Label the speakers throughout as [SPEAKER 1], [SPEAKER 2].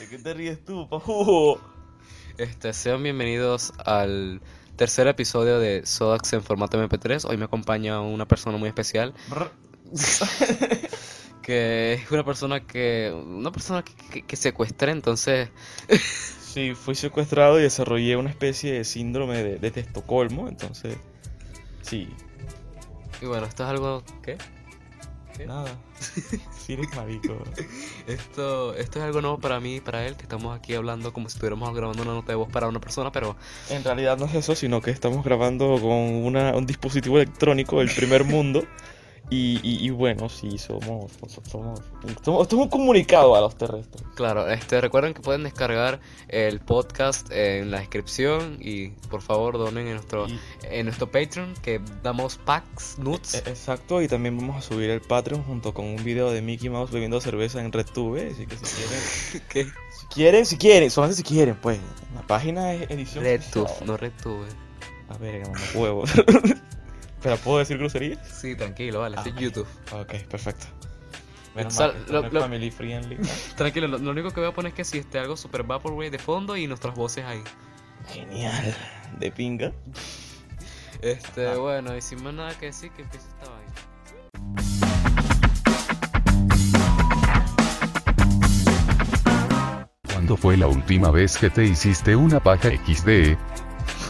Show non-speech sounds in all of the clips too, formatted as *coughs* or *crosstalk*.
[SPEAKER 1] ¿De qué te ríes tú, Pau?
[SPEAKER 2] Este, sean bienvenidos al tercer episodio de Sodax en formato MP3. Hoy me acompaña una persona muy especial,
[SPEAKER 1] Brr.
[SPEAKER 2] que es una persona que una persona que, que- que secuestré, entonces
[SPEAKER 1] Sí, fui secuestrado y desarrollé una especie de síndrome de, desde Estocolmo, entonces. Sí,
[SPEAKER 2] y bueno, esto es algo ¿qué? ¿Qué?
[SPEAKER 1] nada. Sí, eres marico.
[SPEAKER 2] Esto esto es algo nuevo para mí y para él, que estamos aquí hablando como si estuviéramos grabando una nota de voz para una persona, pero
[SPEAKER 1] En realidad no es eso, sino que estamos grabando con una- un dispositivo electrónico del primer mundo. Y, y- y bueno, sí, somos, somos, somos, estamos comunicados a los terrestres.
[SPEAKER 2] claro, este recuerden que pueden descargar el podcast en la descripción y por favor donen en nuestro
[SPEAKER 1] Y-
[SPEAKER 2] en nuestro Patreon que damos packs, nuts.
[SPEAKER 1] E- Exacto, y también vamos a subir el Patreon junto con un video de Mickey Mouse bebiendo cerveza en RedTube, así que si quieren,
[SPEAKER 2] *laughs* ¿Qué?
[SPEAKER 1] si quieren, si quieren, solamente si quieren, pues. La página es edición
[SPEAKER 2] RedTube,
[SPEAKER 1] especial.
[SPEAKER 2] no RedTube.
[SPEAKER 1] A ver, que mamá
[SPEAKER 2] *laughs*
[SPEAKER 1] huevos. ¿Pero puedo decir groserías?
[SPEAKER 2] Sí, tranquilo, vale, esto es
[SPEAKER 1] Ah.
[SPEAKER 2] YouTube.
[SPEAKER 1] Ok, perfecto. Menos
[SPEAKER 2] Sal-
[SPEAKER 1] mal, esto
[SPEAKER 2] lo-
[SPEAKER 1] no es
[SPEAKER 2] lo-
[SPEAKER 1] family friendly.
[SPEAKER 2] Tranquilo, lo, lo único que voy a poner es que si esté algo super vaporwave de fondo y nuestras voces ahí.
[SPEAKER 1] Genial, de pinga.
[SPEAKER 2] Este,
[SPEAKER 1] Ajá.
[SPEAKER 2] bueno, y sin más nada que decir, que empiece esta vaina.
[SPEAKER 3] ¿Cuándo fue la última vez que te hiciste una paja XD?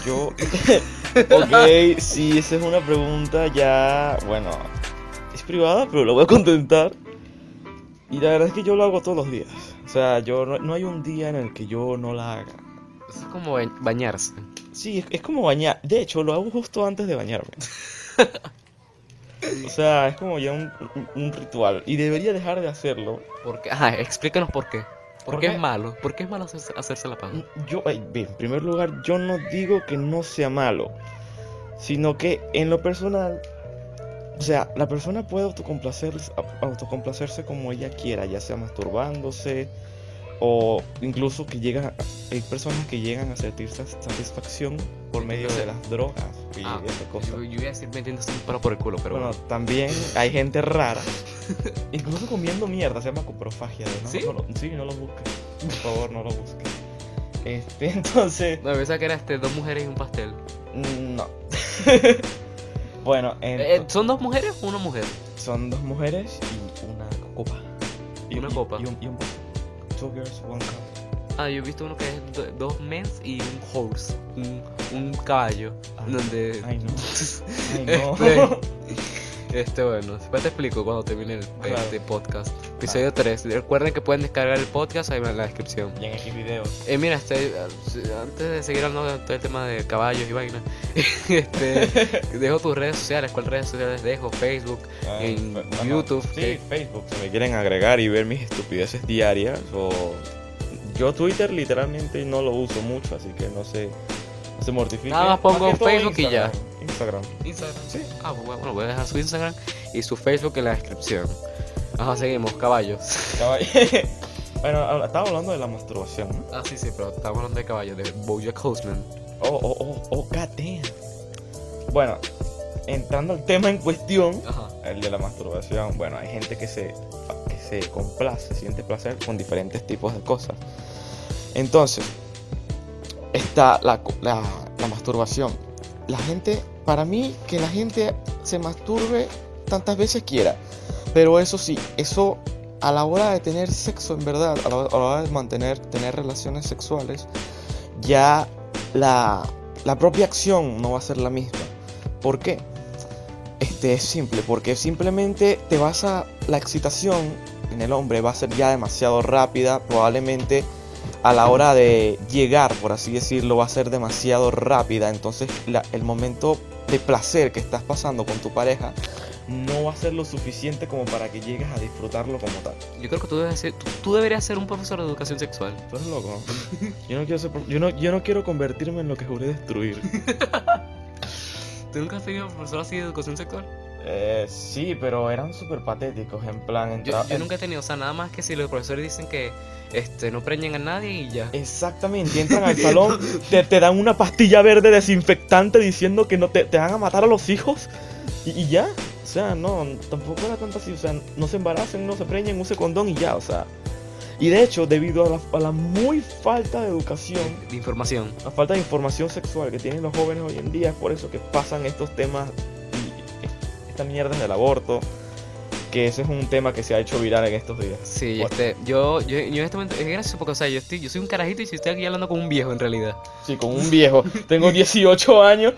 [SPEAKER 2] *laughs*
[SPEAKER 1] Yo. ok, sí, esa es una pregunta ya. Bueno, es privada, pero la voy a contentar. Y la verdad es que yo lo hago todos los días. O sea, yo no, no hay un día en el que yo no la haga.
[SPEAKER 2] Eso es como ba- bañarse.
[SPEAKER 1] Sí, es, es como bañar. De hecho, lo hago justo antes de bañarme. O sea, es como ya un, un- un ritual. Y debería dejar de hacerlo.
[SPEAKER 2] Porque, ajá, explícanos por qué. ¿Por,
[SPEAKER 1] ¿Por
[SPEAKER 2] qué
[SPEAKER 1] qué?
[SPEAKER 2] es malo? ¿Por qué es malo hacerse, hacerse la paja?
[SPEAKER 1] Yo, ay, bien, en primer lugar, yo no digo que no sea malo, sino que en lo personal, o sea, la persona puede autocomplacerse, autocomplacerse como ella quiera, ya sea masturbándose o incluso que llega, hay personas que llegan a sentir sas- satisfacción por medio de las drogas y
[SPEAKER 2] Ah,
[SPEAKER 1] esas cosas.
[SPEAKER 2] yo, yo iba a decir metiéndose un palo por el culo, pero
[SPEAKER 1] Bueno,
[SPEAKER 2] bueno.
[SPEAKER 1] también hay gente rara, incluso comiendo mierda, se llama coprofagia, ¿no?
[SPEAKER 2] ¿Sí?
[SPEAKER 1] No lo- sí, no lo busques, por favor, no lo busques. Este, *laughs* entonces...
[SPEAKER 2] No, pensaba que era este, dos mujeres y un pastel.
[SPEAKER 1] No. *laughs* bueno, en-
[SPEAKER 2] Eh, ¿Son dos mujeres o una mujer?
[SPEAKER 1] son dos mujeres y una copa. Y
[SPEAKER 2] Una
[SPEAKER 1] y-
[SPEAKER 2] copa.
[SPEAKER 1] Y un, y un- Two girls, one cup.
[SPEAKER 2] Ah, yo he visto uno que es do- dos mens y un horse, un, un caballo,
[SPEAKER 1] Ah,
[SPEAKER 2] donde... *laughs*
[SPEAKER 1] Ay, no. Ay, *laughs* no.
[SPEAKER 2] Este, este, bueno, después te explico cuando termine el,
[SPEAKER 1] Claro.
[SPEAKER 2] este podcast. Episodio 3. Recuerden que pueden descargar el podcast ahí en la descripción.
[SPEAKER 1] y en X videos.
[SPEAKER 2] Eh, mira, este, antes de seguir hablando de todo el tema de caballos y vainas, *laughs* este, dejo tus redes sociales. ¿Cuáles redes sociales dejo? Facebook. En YouTube,
[SPEAKER 1] Ah, Sí,
[SPEAKER 2] ¿qué?
[SPEAKER 1] Facebook. Si me quieren agregar y ver mis estupideces diarias o... Yo Twitter literalmente no lo uso mucho, así que no sé... No se mortifique.
[SPEAKER 2] Nada más pongo
[SPEAKER 1] que todo
[SPEAKER 2] Facebook y ya.
[SPEAKER 1] Instagram, Instagram.
[SPEAKER 2] Instagram.
[SPEAKER 1] Sí.
[SPEAKER 2] Ah, bueno, bueno, voy a dejar su Instagram y su Facebook en la descripción. Ajá, seguimos, *laughs* caballos.
[SPEAKER 1] Caball- *laughs* bueno, habla- estaba hablando de la masturbación, ¿no?
[SPEAKER 2] Ah, sí, sí, pero estamos hablando de caballos, de Bojack Horseman.
[SPEAKER 1] Oh, oh, oh, oh, god damn. Bueno, entrando al tema en cuestión,
[SPEAKER 2] Ajá.
[SPEAKER 1] el de la masturbación, bueno, hay gente que se, que se complace, siente placer con diferentes tipos de cosas. Entonces, está la, co- la, la masturbación. La gente, para mí, que la gente se masturbe tantas veces quiera. Pero eso sí, eso a la hora de tener sexo, en verdad, a la, a la hora de mantener, tener relaciones sexuales, ya la, la propia acción no va a ser la misma. ¿Por qué? Este es simple, porque simplemente te vas a. La excitación en el hombre va a ser ya demasiado rápida, probablemente a la hora de llegar, por así decirlo, va a ser demasiado rápida. Entonces, la- el momento de placer que estás pasando con tu pareja no va a ser lo suficiente como para que llegues a disfrutarlo como tal.
[SPEAKER 2] Yo creo que tú, debes ser- tú, tú deberías ser un profesor de educación sexual.
[SPEAKER 1] ¿Estás loco? Yo no quiero, ser pro- yo no, yo no quiero convertirme en lo que juré destruir.
[SPEAKER 2] ¿Tú nunca has tenido un profesor así de educación sexual?
[SPEAKER 1] Eh, sí, pero eran súper patéticos, en plan...
[SPEAKER 2] Yo,
[SPEAKER 1] entra-
[SPEAKER 2] yo
[SPEAKER 1] Ah, en-
[SPEAKER 2] nunca he tenido, o sea, nada más que si los profesores dicen que este, no preñen a nadie y ya.
[SPEAKER 1] Exactamente, entran *laughs* al salón, te, te dan una pastilla verde desinfectante diciendo que no te, te van a matar a los hijos y, y ya. O sea, no, tampoco era tanto así, o sea, no se embaracen, no se preñen, use condón y ya, o sea. Y de hecho, debido a la, a la muy falta de educación
[SPEAKER 2] de información.
[SPEAKER 1] la falta de información sexual que tienen los jóvenes hoy en día es por eso que pasan estos temas y esta mierda del aborto, que ese es un tema que se ha hecho viral en estos días.
[SPEAKER 2] Sí,
[SPEAKER 1] Bueno.
[SPEAKER 2] este, yo, yo, yo en este momento, es gracioso porque, o sea, yo, estoy, yo soy un carajito y estoy aquí hablando con un viejo en realidad.
[SPEAKER 1] Sí, con un viejo. Tengo 18 años.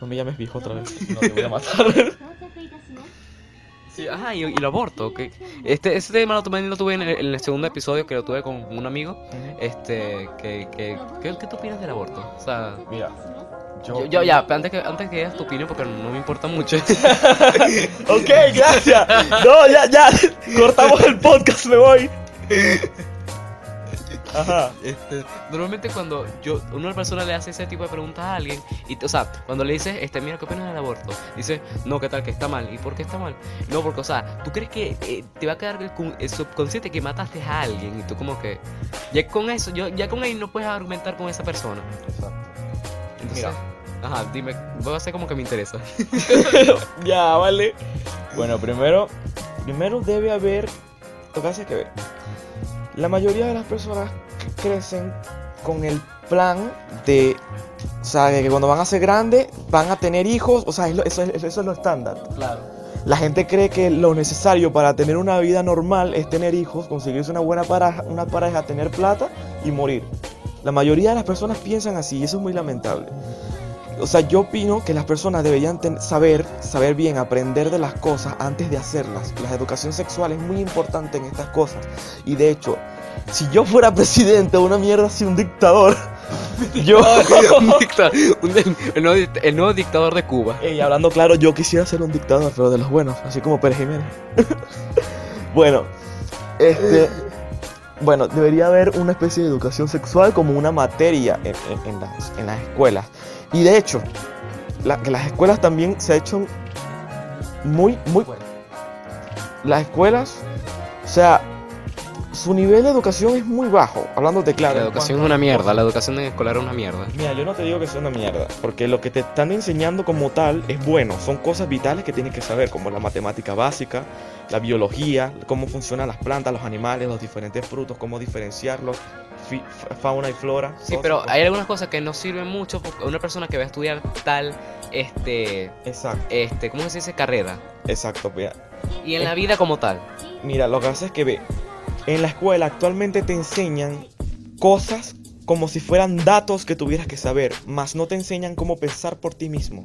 [SPEAKER 1] No me llames viejo otra vez. No te voy a *laughs* matar.
[SPEAKER 2] Sí, ajá, y, y lo aborto, que Este, ese tema lo tomé- lo tuve en el, en el segundo episodio que lo tuve con un amigo. Este, que, que, ¿qué, qué tú opinas del aborto? O sea,
[SPEAKER 1] Mira,
[SPEAKER 2] yo,
[SPEAKER 1] yo.
[SPEAKER 2] yo ya, pero antes que, antes que digas tu opinión, porque no me importa mucho.
[SPEAKER 1] Ok, gracias. No, ya, ya. Cortamos el podcast, me voy. Ajá.
[SPEAKER 2] Este, normalmente cuando yo una persona le hace ese tipo de preguntas a alguien y o sea cuando le dices este mira qué opinas del aborto dice no qué tal que está mal y por qué está mal no porque o sea tú crees que eh, te va a quedar el, cu- el subconsciente que mataste a alguien y tú como que ya con eso yo, ya con ahí no puedes argumentar con esa persona entonces ajá dime voy a hacer como que me interesa
[SPEAKER 1] Ya, vale. Bueno, primero, primero debe haber, lo que hace que ver. La mayoría de las personas crecen con el plan de, o sea, de que cuando van a ser grandes van a tener hijos, o sea, es lo- eso, es, eso es lo estándar.
[SPEAKER 2] claro *laughs*
[SPEAKER 1] La gente cree que lo necesario para tener una vida normal es tener hijos, conseguirse una buena pareja, una pareja, tener plata y morir. La mayoría de las personas piensan así y eso es muy lamentable. O sea, yo opino que las personas deberían ten- saber, saber bien, aprender de las cosas antes de hacerlas. La educación sexual es muy importante en estas cosas. Y de hecho, si yo fuera *laughs* presidente o una mierda así, un dictador, yo... *laughs*
[SPEAKER 2] Un dicta- un- el, nuevo, dict- el nuevo dictador de Cuba
[SPEAKER 1] Y hablando claro, yo quisiera ser un dictador, pero de los buenos, así como Pérez Jiménez. *laughs* bueno, este. Bueno, debería haber una especie de educación sexual como una materia en, en- en las, en las escuelas. Y de hecho, la- que las escuelas también se ha hecho muy, muy. Las escuelas, o sea, su nivel de educación es muy bajo, hablándote claro.
[SPEAKER 2] la
[SPEAKER 1] en
[SPEAKER 2] educación es
[SPEAKER 1] cuanto-
[SPEAKER 2] una mierda la educación escolar es una mierda
[SPEAKER 1] Mira, yo no te digo que sea una mierda, porque lo que te están enseñando como tal es bueno, son cosas vitales que tienes que saber, como la matemática básica, la biología, cómo funcionan las plantas, los animales, los diferentes frutos, cómo diferenciarlos, fi- fa- fauna y flora.
[SPEAKER 2] Sí,
[SPEAKER 1] todo
[SPEAKER 2] pero
[SPEAKER 1] eso.
[SPEAKER 2] hay algunas cosas que no sirven mucho porque una persona que va a estudiar tal, este,
[SPEAKER 1] Exacto,
[SPEAKER 2] este, ¿cómo se dice? Carrera.
[SPEAKER 1] exacto. pues, Mira,
[SPEAKER 2] Y en la vida como tal.
[SPEAKER 1] Mira, lo que hace es que ve, en la escuela actualmente te enseñan cosas como si fueran datos que tuvieras que saber, más no te enseñan cómo pensar por ti mismo.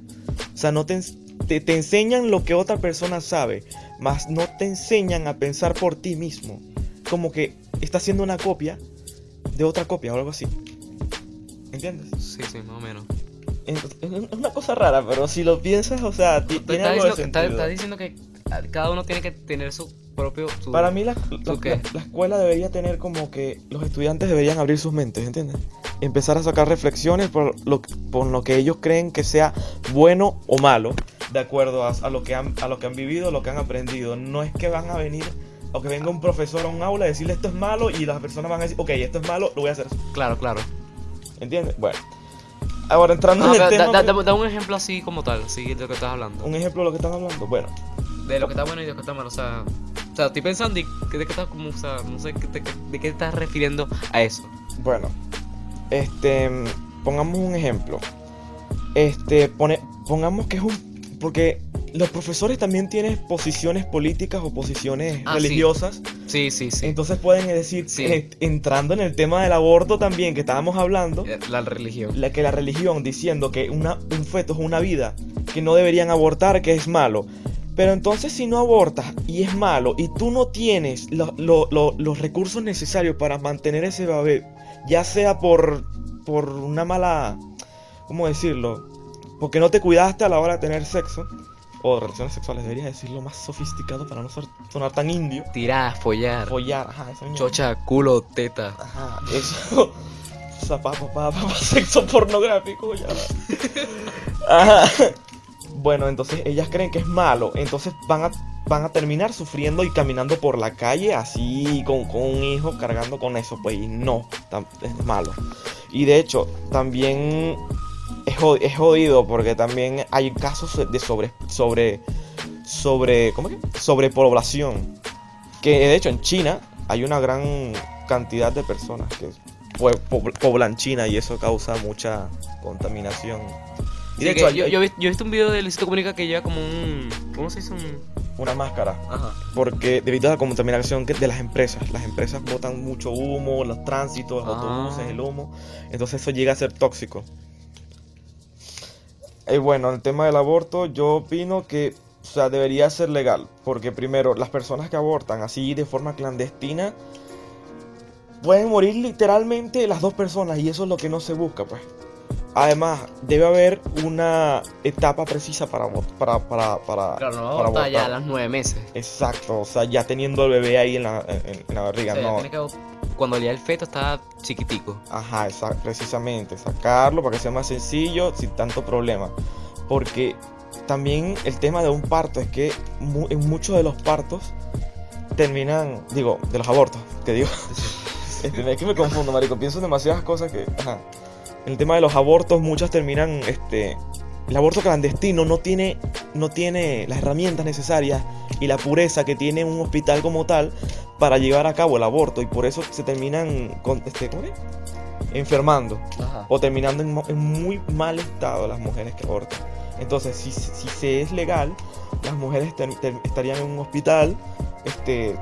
[SPEAKER 1] O sea, no te, ens- te, te enseñan lo que otra persona sabe, más no te enseñan a pensar por ti mismo. Como que está haciendo una copia de otra copia o algo así. ¿Entiendes?
[SPEAKER 2] Sí, sí, más o menos.
[SPEAKER 1] Es es una cosa rara, pero si lo piensas, o sea, ti- tiene
[SPEAKER 2] Estás
[SPEAKER 1] algo de
[SPEAKER 2] diciendo, que- estás-
[SPEAKER 1] sentido.
[SPEAKER 2] estás diciendo que ah, cada uno tiene que tener su propio... su-
[SPEAKER 1] Para mí la, la-
[SPEAKER 2] qué?
[SPEAKER 1] la escuela debería tener como que los estudiantes deberían abrir sus mentes, ¿entiendes? Empezar a sacar reflexiones por lo, por lo que ellos creen que sea bueno o malo, de acuerdo a, a lo que han, a lo que han vivido, lo que han aprendido. No es que van a venir o que venga un profesor a un aula a decirle esto es malo y las personas van a decir, ok, esto es malo, lo voy a hacer.
[SPEAKER 2] Claro, claro.
[SPEAKER 1] ¿Entiendes? Bueno. Ahora entrando
[SPEAKER 2] Ah,
[SPEAKER 1] en el
[SPEAKER 2] pero da,
[SPEAKER 1] tema,
[SPEAKER 2] da- da- da un ejemplo así como tal, así de lo que estás hablando.
[SPEAKER 1] un ejemplo de lo que están hablando. Bueno,
[SPEAKER 2] De lo que está bueno y de lo que está mal, o sea... O sea, estoy pensando y que- de qué estás como, o sea, no sé qué te- de qué estás refiriendo a eso.
[SPEAKER 1] Bueno, este, pongamos un ejemplo. Este, pone- pongamos que es un, porque los profesores también tienen posiciones políticas o posiciones
[SPEAKER 2] Ah, sí.
[SPEAKER 1] religiosas,
[SPEAKER 2] Sí, sí, sí.
[SPEAKER 1] entonces pueden decir,
[SPEAKER 2] Sí.
[SPEAKER 1] eh, entrando en el tema del aborto también que estábamos hablando,
[SPEAKER 2] Eh, La religión.
[SPEAKER 1] la que la religión diciendo que una, un feto es una vida, que no deberían abortar, que es malo. Pero entonces si no abortas y es malo y tú no tienes lo- lo- lo- los recursos necesarios para mantener ese bebé, ya sea por, por una mala, ¿cómo decirlo? Porque no te cuidaste a la hora de tener sexo, o relaciones sexuales, debería decirlo más sofisticado para no sor- sonar tan indio.
[SPEAKER 2] Tirar, follar.
[SPEAKER 1] Follar, ajá, esa mierda.
[SPEAKER 2] Chocha, culo, teta.
[SPEAKER 1] Ajá, eso. Zapapo, papá, papá, sexo pornográfico, ya. va. Ajá. Bueno, entonces ellas creen que es malo, entonces van a, van a terminar sufriendo y caminando por la calle así con, con un hijo cargando con eso, pues y no, tam- es malo. Y de hecho, también es, jo- es jodido porque también hay casos de sobre sobre sobre ¿cómo que? sobrepoblación que de hecho en China hay una gran cantidad de personas que pue- po- poblan China y eso causa mucha contaminación. Y
[SPEAKER 2] Sí,
[SPEAKER 1] de
[SPEAKER 2] que
[SPEAKER 1] hecho, hay-
[SPEAKER 2] yo,
[SPEAKER 1] hay
[SPEAKER 2] yo, vi- yo he visto un video de Luisito Comunica que lleva como un. ¿Cómo se dice un.?
[SPEAKER 1] una máscara
[SPEAKER 2] Ajá.
[SPEAKER 1] porque debido a la contaminación que- de las empresas, las empresas botan mucho humo, los tránsitos, los
[SPEAKER 2] Ah.
[SPEAKER 1] autobuses, el humo, entonces eso llega a ser tóxico. Y bueno, el tema del aborto, yo opino que, o sea, debería ser legal, porque primero, las personas que abortan así de forma clandestina pueden morir literalmente las dos personas y eso es lo que no se busca, pues. Además, debe haber una etapa precisa para abor- para para para,
[SPEAKER 2] Claro, no
[SPEAKER 1] para
[SPEAKER 2] aborta ya a
[SPEAKER 1] abortar.
[SPEAKER 2] las nueve meses.
[SPEAKER 1] Exacto, o sea, ya teniendo el bebé ahí en la, en, en la barriga,
[SPEAKER 2] O sea, ya
[SPEAKER 1] no.
[SPEAKER 2] tiene que abort- Cuando ya el feto está chiquitico.
[SPEAKER 1] Ajá, esa- precisamente, sacarlo para que sea más sencillo, sin tanto problema. Porque también el tema de un parto es que mu- en muchos de los partos terminan, digo, de los abortos, que digo. Este, es que me confundo, marico, pienso en demasiadas cosas que... Ajá. El tema de los abortos, muchas terminan, este... El aborto clandestino no tiene, no tiene las herramientas necesarias y la pureza que tiene un hospital como tal para llevar a cabo el aborto y por eso se terminan con, este, ¿cómo es? enfermando
[SPEAKER 2] Ajá.
[SPEAKER 1] o terminando en, mo- en muy mal estado las mujeres que abortan. Entonces, si, si se es legal, las mujeres ter- ter- estarían en un hospital este,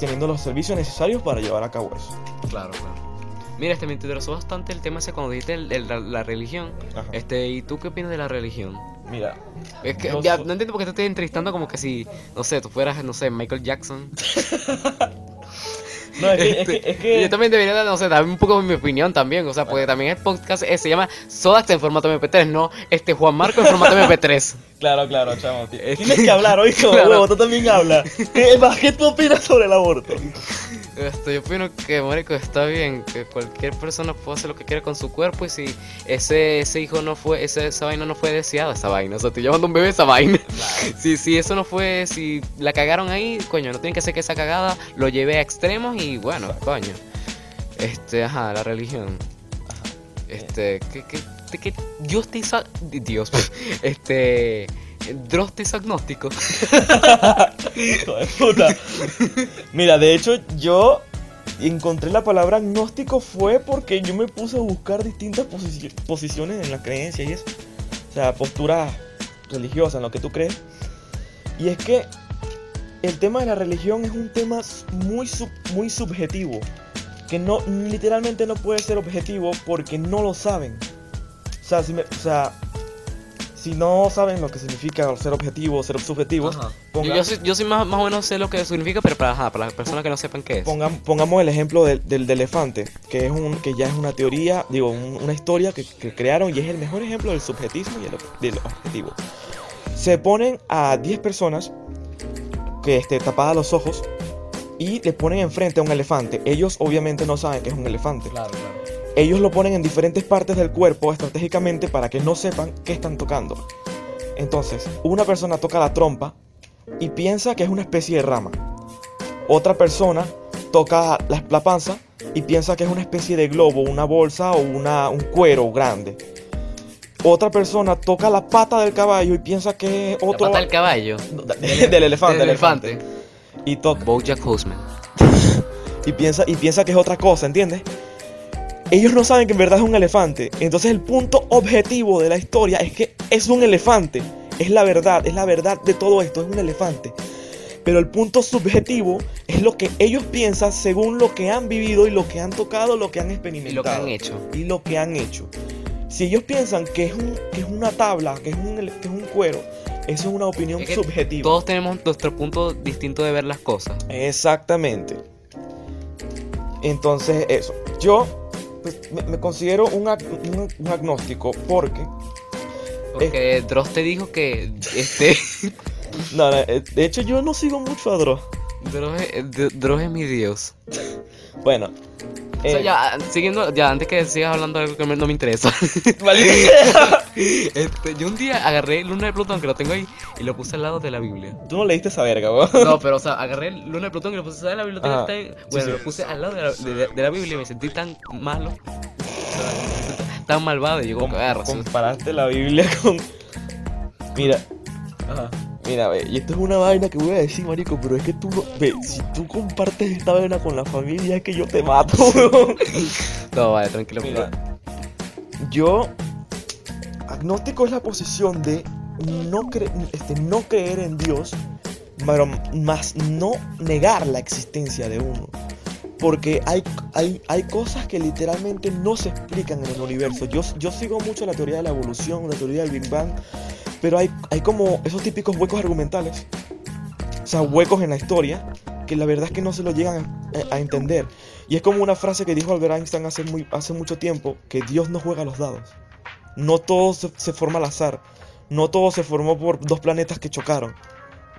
[SPEAKER 1] teniendo los servicios necesarios para llevar a cabo eso.
[SPEAKER 2] Oh, Claro, claro. Mira, este me interesó bastante el tema ese cuando dijiste el- el- la, la religión.
[SPEAKER 1] Ajá.
[SPEAKER 2] Este, ¿y tú qué opinas de la religión?
[SPEAKER 1] Mira,
[SPEAKER 2] Es que
[SPEAKER 1] Yo
[SPEAKER 2] ya,
[SPEAKER 1] so-
[SPEAKER 2] no entiendo por qué te estoy entrevistando como que si, no sé, tú fueras, no sé, Michael Jackson.
[SPEAKER 1] no, es que, es que- es que-
[SPEAKER 2] Este, Yo también debería, no sé, dar un poco mi opinión también, o sea, porque también el podcast eh, se llama Sodax en formato MP3, no este Juan Marco en formato MP3.
[SPEAKER 1] Claro, claro, chamo. ti-
[SPEAKER 2] Es que-
[SPEAKER 1] Tienes que hablar hoy como
[SPEAKER 2] *laughs* Claro.
[SPEAKER 1] huevo, tú también hablas.
[SPEAKER 2] *laughs*
[SPEAKER 1] ¿Qué, es más, ¿qué tú opinas sobre el aborto?
[SPEAKER 2] Este, yo opino que, marico, está bien, que cualquier persona puede hacer lo que quiera con su cuerpo y si ese, ese hijo no fue, ese- esa vaina no fue deseada, esa vaina, o sea, estoy llamando a un bebé esa vaina. *laughs* Si, si eso no fue, si la cagaron ahí, coño, no tienen que hacer que esa cagada lo lleve a extremos y bueno, coño. Este, ajá, la religión. Este, que, que, de que Dios te hizo, di- Dios, pues, este, Dios te hizo agnóstico.
[SPEAKER 1] Hijo de puta. Mira, de hecho, yo encontré la palabra agnóstico fue porque yo me puse a buscar distintas posici- posiciones en las creencias y eso. O sea, posturas religiosas en lo que tú crees. Y es que el tema de la religión es un tema s- muy, sub- muy subjetivo. Que no, literalmente no puede ser objetivo porque no lo saben. O sea, si, me- o sea, si no saben lo que significa ser objetivo o ser subjetivo,
[SPEAKER 2] Yo,
[SPEAKER 1] pongan-
[SPEAKER 2] yo soy, yo soy más, más o menos sé lo que significa, pero para, ajá, para las personas que no sepan qué es.
[SPEAKER 1] Pongam- pongamos el ejemplo del, del- del elefante, que es un que ya es una teoría, digo, un- una historia que, que crearon y es el mejor ejemplo del subjetismo y el ob- del objetivo. Se ponen a 10 personas que esté tapadas los ojos y le ponen enfrente a un elefante. Ellos obviamente no saben que es un elefante.
[SPEAKER 2] Claro, claro.
[SPEAKER 1] Ellos lo ponen en diferentes partes del cuerpo estratégicamente para que no sepan qué están tocando. Entonces, una persona toca la trompa y piensa que es una especie de rama. Otra persona toca la, la panza y piensa que es una especie de globo, una bolsa o una- un cuero grande. Otra persona toca la pata del caballo y piensa que es
[SPEAKER 2] La
[SPEAKER 1] otro...
[SPEAKER 2] pata del caballo.
[SPEAKER 1] *laughs* del, elefante,
[SPEAKER 2] del
[SPEAKER 1] del elefante. Y toca...
[SPEAKER 2] Bojack Horseman.
[SPEAKER 1] y piensa, y piensa que es otra cosa, ¿entiendes? Ellos no saben que en verdad es un elefante. Entonces el punto objetivo de la historia es que es un elefante. Es la verdad, es la verdad de todo esto, es un elefante. Pero el punto subjetivo es lo que ellos piensan según lo que han vivido y lo que han tocado, lo que han experimentado
[SPEAKER 2] Y lo que han hecho.
[SPEAKER 1] y lo que han hecho. Si ellos piensan que es, un- que es una tabla, que es, un, ele- que es un cuero, eso es una opinión
[SPEAKER 2] Es que
[SPEAKER 1] subjetiva.
[SPEAKER 2] Todos tenemos nuestro punto distinto de ver las cosas.
[SPEAKER 1] Exactamente. Entonces, eso. Yo pues, me, me considero un, ag- un- un agnóstico porque. Eh.
[SPEAKER 2] Porque Dross te dijo que este *laughs*
[SPEAKER 1] No, no, eh, de hecho, yo no sigo mucho a Dross.
[SPEAKER 2] Dross, es- D- Dross es mi dios.
[SPEAKER 1] Bueno.
[SPEAKER 2] O
[SPEAKER 1] *laughs*
[SPEAKER 2] sea,
[SPEAKER 1] eh,
[SPEAKER 2] ya siguiendo, ya antes que sigas hablando de algo que me- no me interesa. *laughs*
[SPEAKER 1] maldita sea.
[SPEAKER 2] Este, yo un día agarré Luna de Plutón que lo tengo ahí y lo puse al lado de la Biblia.
[SPEAKER 1] Tú no leíste esa verga, weón. *laughs*
[SPEAKER 2] No, pero o sea, agarré Luna de Plutón y lo puse al lado de la biblioteca.
[SPEAKER 1] Ah,
[SPEAKER 2] que está en- Bueno, lo puse al lado de la, de- de la Biblia y me sentí tan malo. O sea, *laughs* tan ah, malvado y yo como que
[SPEAKER 1] Com-
[SPEAKER 2] agarro.
[SPEAKER 1] comparaste la Biblia con. Mira, Mira, ve, y esto es una vaina que voy a decir, marico, pero es que tú, no- ve, si tú compartes esta vaina con la familia, es que yo te mato, weón.
[SPEAKER 2] No, vale, tranquilo.
[SPEAKER 1] Mira, yo agnóstico es la posición de no, cre- este, no creer en Dios, pero más no negar la existencia de uno. Porque hay, hay, hay cosas que literalmente no se explican en el universo. Yo, yo sigo mucho la teoría de la evolución, la teoría del Big Bang, pero hay, hay como esos típicos huecos argumentales, o sea, huecos en la historia, que la verdad es que no se lo llegan a- a entender. Y es como una frase que dijo Albert Einstein hace, muy, hace mucho tiempo, que Dios no juega los dados. No todo se, se forma al azar. No todo se formó por dos planetas que chocaron.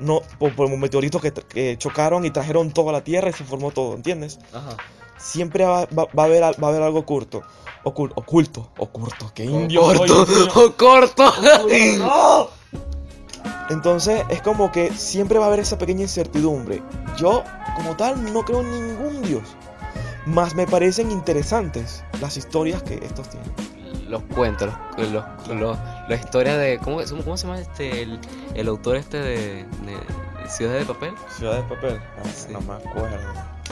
[SPEAKER 1] No, por, por meteoritos que, tra- que chocaron y trajeron toda la Tierra y se formó todo, ¿entiendes?
[SPEAKER 2] Ajá.
[SPEAKER 1] Siempre va, va- va a, haber, al- va a haber algo oculto. Ocul- oculto, oculto, que indio.
[SPEAKER 2] Corto, o corto.
[SPEAKER 1] ¡No! *laughs* Entonces es como que siempre va a haber esa pequeña incertidumbre. Yo, como tal, no creo en ningún dios. Más me parecen interesantes las historias que estos tienen.
[SPEAKER 2] *laughs* los cuentos, los, los, los- la historia de. ¿Cómo, cómo se llama este el, el autor este de, de Ciudad de Papel?
[SPEAKER 1] Ciudad de papel.
[SPEAKER 2] sí. no
[SPEAKER 1] me acuerdo.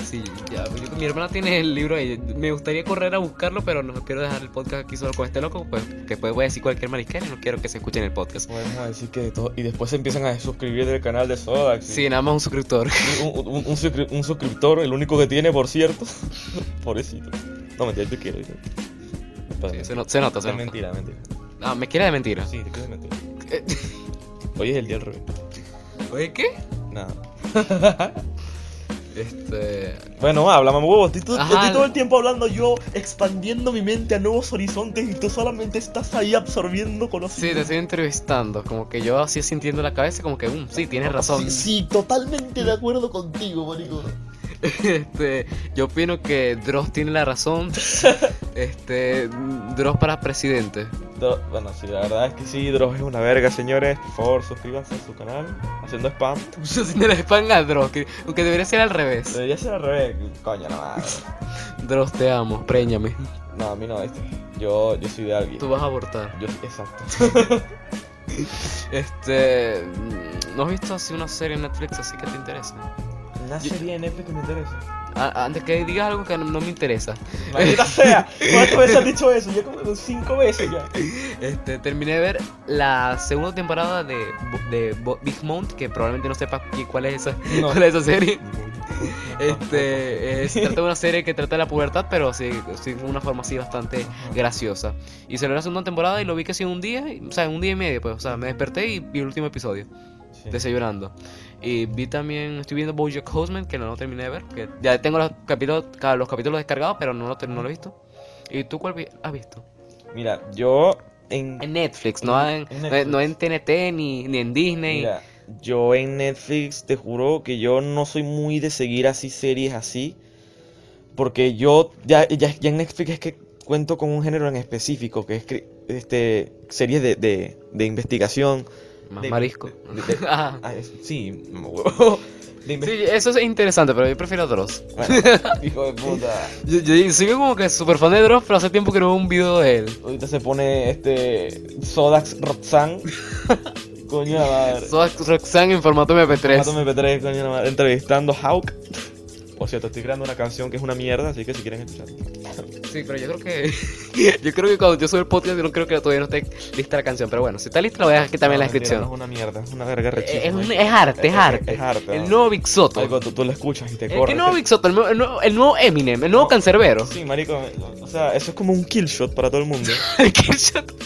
[SPEAKER 2] Sí, ya, yo- mi hermana tiene el libro ahí. Me gustaría correr a buscarlo, pero no quiero dejar el podcast aquí solo con este loco, pues que después voy a decir cualquier mariscal y no quiero que se escuche en el podcast.
[SPEAKER 1] Podemos decir que de todo. Y después se empiezan a suscribir del canal de Soda.
[SPEAKER 2] Sí, nada más un suscriptor.
[SPEAKER 1] Un, un- un suscri- un suscriptor, el único que tiene, por cierto. *laughs* Pobrecito. No, mentira, te quiero.
[SPEAKER 2] Sí, *laughs* se, no- se nota, se
[SPEAKER 1] Es
[SPEAKER 2] nota.
[SPEAKER 1] mentira, mentira.
[SPEAKER 2] Ah, me quiere de mentira.
[SPEAKER 1] Sí, te quiero mentir.
[SPEAKER 2] Eh.
[SPEAKER 1] Hoy es el día del revés.
[SPEAKER 2] Oye, ¿qué?
[SPEAKER 1] Nada.
[SPEAKER 2] Este.
[SPEAKER 1] Bueno, habla, mamá huevos. Estoy, to-
[SPEAKER 2] Ajá.
[SPEAKER 1] estoy todo el tiempo hablando yo, expandiendo mi mente a nuevos horizontes y tú solamente estás ahí absorbiendo
[SPEAKER 2] Sí,
[SPEAKER 1] conocimiento.
[SPEAKER 2] te estoy entrevistando. Como que yo así sintiendo la cabeza, como que, um, sí, tienes razón.
[SPEAKER 4] Sí, sí, totalmente de acuerdo contigo, marico.
[SPEAKER 2] Este, yo opino que Dross tiene la razón. Este, Dross para presidente.
[SPEAKER 1] Dro- Bueno, sí, la verdad es que sí, Dross es una verga, señores. Por favor, suscríbanse a su canal, haciendo spam.
[SPEAKER 2] Si no le pan a Dross, que, aunque debería ser al revés.
[SPEAKER 1] Debería ser al revés, coño, no madre.
[SPEAKER 2] Dross, te amo, préñame.
[SPEAKER 1] No, a mí no, este. Yo, yo soy de alguien.
[SPEAKER 2] Tú vas a abortar.
[SPEAKER 1] Yo, exacto.
[SPEAKER 2] Este, mm, ¿no has visto así una serie en Netflix así que te interesa?
[SPEAKER 1] Una serie en Netflix que me interesa.
[SPEAKER 2] A- antes que digas algo que no, no me interesa.
[SPEAKER 1] Maldita sea, ¿cuántas veces has dicho eso? Yo como cinco veces ya.
[SPEAKER 2] Este, terminé de ver la segunda temporada de, Bo- de Bo- Big Mount, que probablemente no sepas qui- cuál es esa,
[SPEAKER 1] No.
[SPEAKER 2] cuál es esa
[SPEAKER 1] *laughs*
[SPEAKER 2] serie. Este, eh, se trata de una serie que trata de la pubertad, pero sí, sí, de una forma así bastante graciosa. Y se la segunda temporada y lo vi que en un día, y- o sea, en un día y medio, pues, o sea, me desperté y vi el último episodio,
[SPEAKER 1] Sí.
[SPEAKER 2] de ese llorando. Y vi también, estoy viendo BoJack Horseman, que no lo terminé de ver, que ya tengo los capítulos, ca- los capítulos descargados, pero no lo, ter- no lo he visto. ¿Y tú cuál vi- has visto?
[SPEAKER 1] Mira, yo en
[SPEAKER 2] En Netflix, no en,
[SPEAKER 1] En
[SPEAKER 2] no-
[SPEAKER 1] Netflix.
[SPEAKER 2] no en TNT ni, ni en Disney.
[SPEAKER 1] Mira, yo en Netflix te juro que yo no soy muy de seguir así series así. Porque yo ya, ya, ya en Netflix es que cuento con un género en específico, que es cri- este, series de, de, de investigación.
[SPEAKER 2] Más
[SPEAKER 1] de-
[SPEAKER 2] marisco. *laughs*
[SPEAKER 1] de- de-
[SPEAKER 2] Ah,
[SPEAKER 1] Ah, es- sí, *laughs* mamá huevo. De inves-
[SPEAKER 2] sí, eso es interesante, pero yo prefiero Dross.
[SPEAKER 1] Bueno, hijo de puta.
[SPEAKER 2] Yo, yo soy como que super fan de Dross, pero hace tiempo que no veo un video de él.
[SPEAKER 1] Ahorita se pone este Sodax Roxanne. Coño de la madre.
[SPEAKER 2] Soy Roxanne en formato MP3.
[SPEAKER 1] Formato MP3, coño de la madre. Entrevistando a Hawk. Por cierto, estoy creando una canción que es una mierda, así que si quieren escuchar.
[SPEAKER 2] Sí, pero yo creo que. *laughs* Yo creo que cuando yo subo el podcast, yo no creo que todavía no esté lista la canción. Pero bueno, si está lista, la voy a dejar aquí también en la
[SPEAKER 1] No, mentira,
[SPEAKER 2] descripción.
[SPEAKER 1] no es una mierda, es una verga
[SPEAKER 2] Eh,
[SPEAKER 1] rechísima.
[SPEAKER 2] es, un- es arte, es
[SPEAKER 1] Es-
[SPEAKER 2] arte.
[SPEAKER 1] es arte,
[SPEAKER 2] El
[SPEAKER 1] ¿no?
[SPEAKER 2] nuevo Big Soto.
[SPEAKER 1] Algo tú, tú lo escuchas y te
[SPEAKER 2] El
[SPEAKER 1] corre.
[SPEAKER 2] que nuevo
[SPEAKER 1] te-
[SPEAKER 2] Big Soto, el nuevo, el nuevo- el nuevo Eminem, el nuevo Cancerbero. *laughs*
[SPEAKER 1] Sí, marico, o sea, eso es como un kill shot para todo el mundo.
[SPEAKER 2] El Killshot.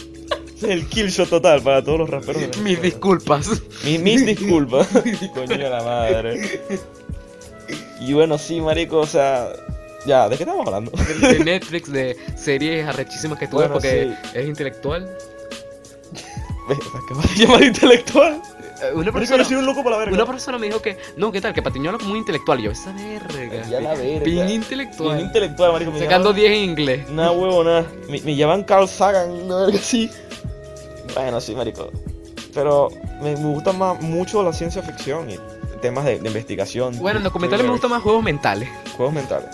[SPEAKER 1] Es el kill shot total para todos los raperos. de
[SPEAKER 2] Mis
[SPEAKER 1] Venezuela.
[SPEAKER 2] disculpas.
[SPEAKER 1] Mi- mis disculpas. Coño de la madre. Y bueno, sí, marico, o sea, ya, ¿de qué estamos hablando?
[SPEAKER 2] de Netflix, de series arrechísimas que tú
[SPEAKER 1] Bueno,
[SPEAKER 2] ves porque es intelectual.
[SPEAKER 1] Ve, ¿Qué *laughs* vas a llamar intelectual?
[SPEAKER 2] Eh, Una
[SPEAKER 1] Marico, yo
[SPEAKER 2] persona,
[SPEAKER 1] soy un loco para la
[SPEAKER 2] una
[SPEAKER 1] verga.
[SPEAKER 2] persona me dijo que, no, ¿qué tal? Que Patiño habla como muy intelectual. Y yo, esa verga.
[SPEAKER 4] Ya la verga.
[SPEAKER 2] Pin
[SPEAKER 1] Un
[SPEAKER 2] intelectual.
[SPEAKER 1] intelectual, marico. me
[SPEAKER 2] Sacando
[SPEAKER 1] llaman-
[SPEAKER 2] 10 en inglés.
[SPEAKER 1] Nada, huevo, nada. Me, me llaman Carl Sagan, una verga así. Bueno, sí, marico. Pero me, me gusta más, mucho la ciencia ficción y temas de, de investigación.
[SPEAKER 2] Bueno, en documentales me gustan más juegos mentales.
[SPEAKER 1] Juegos mentales.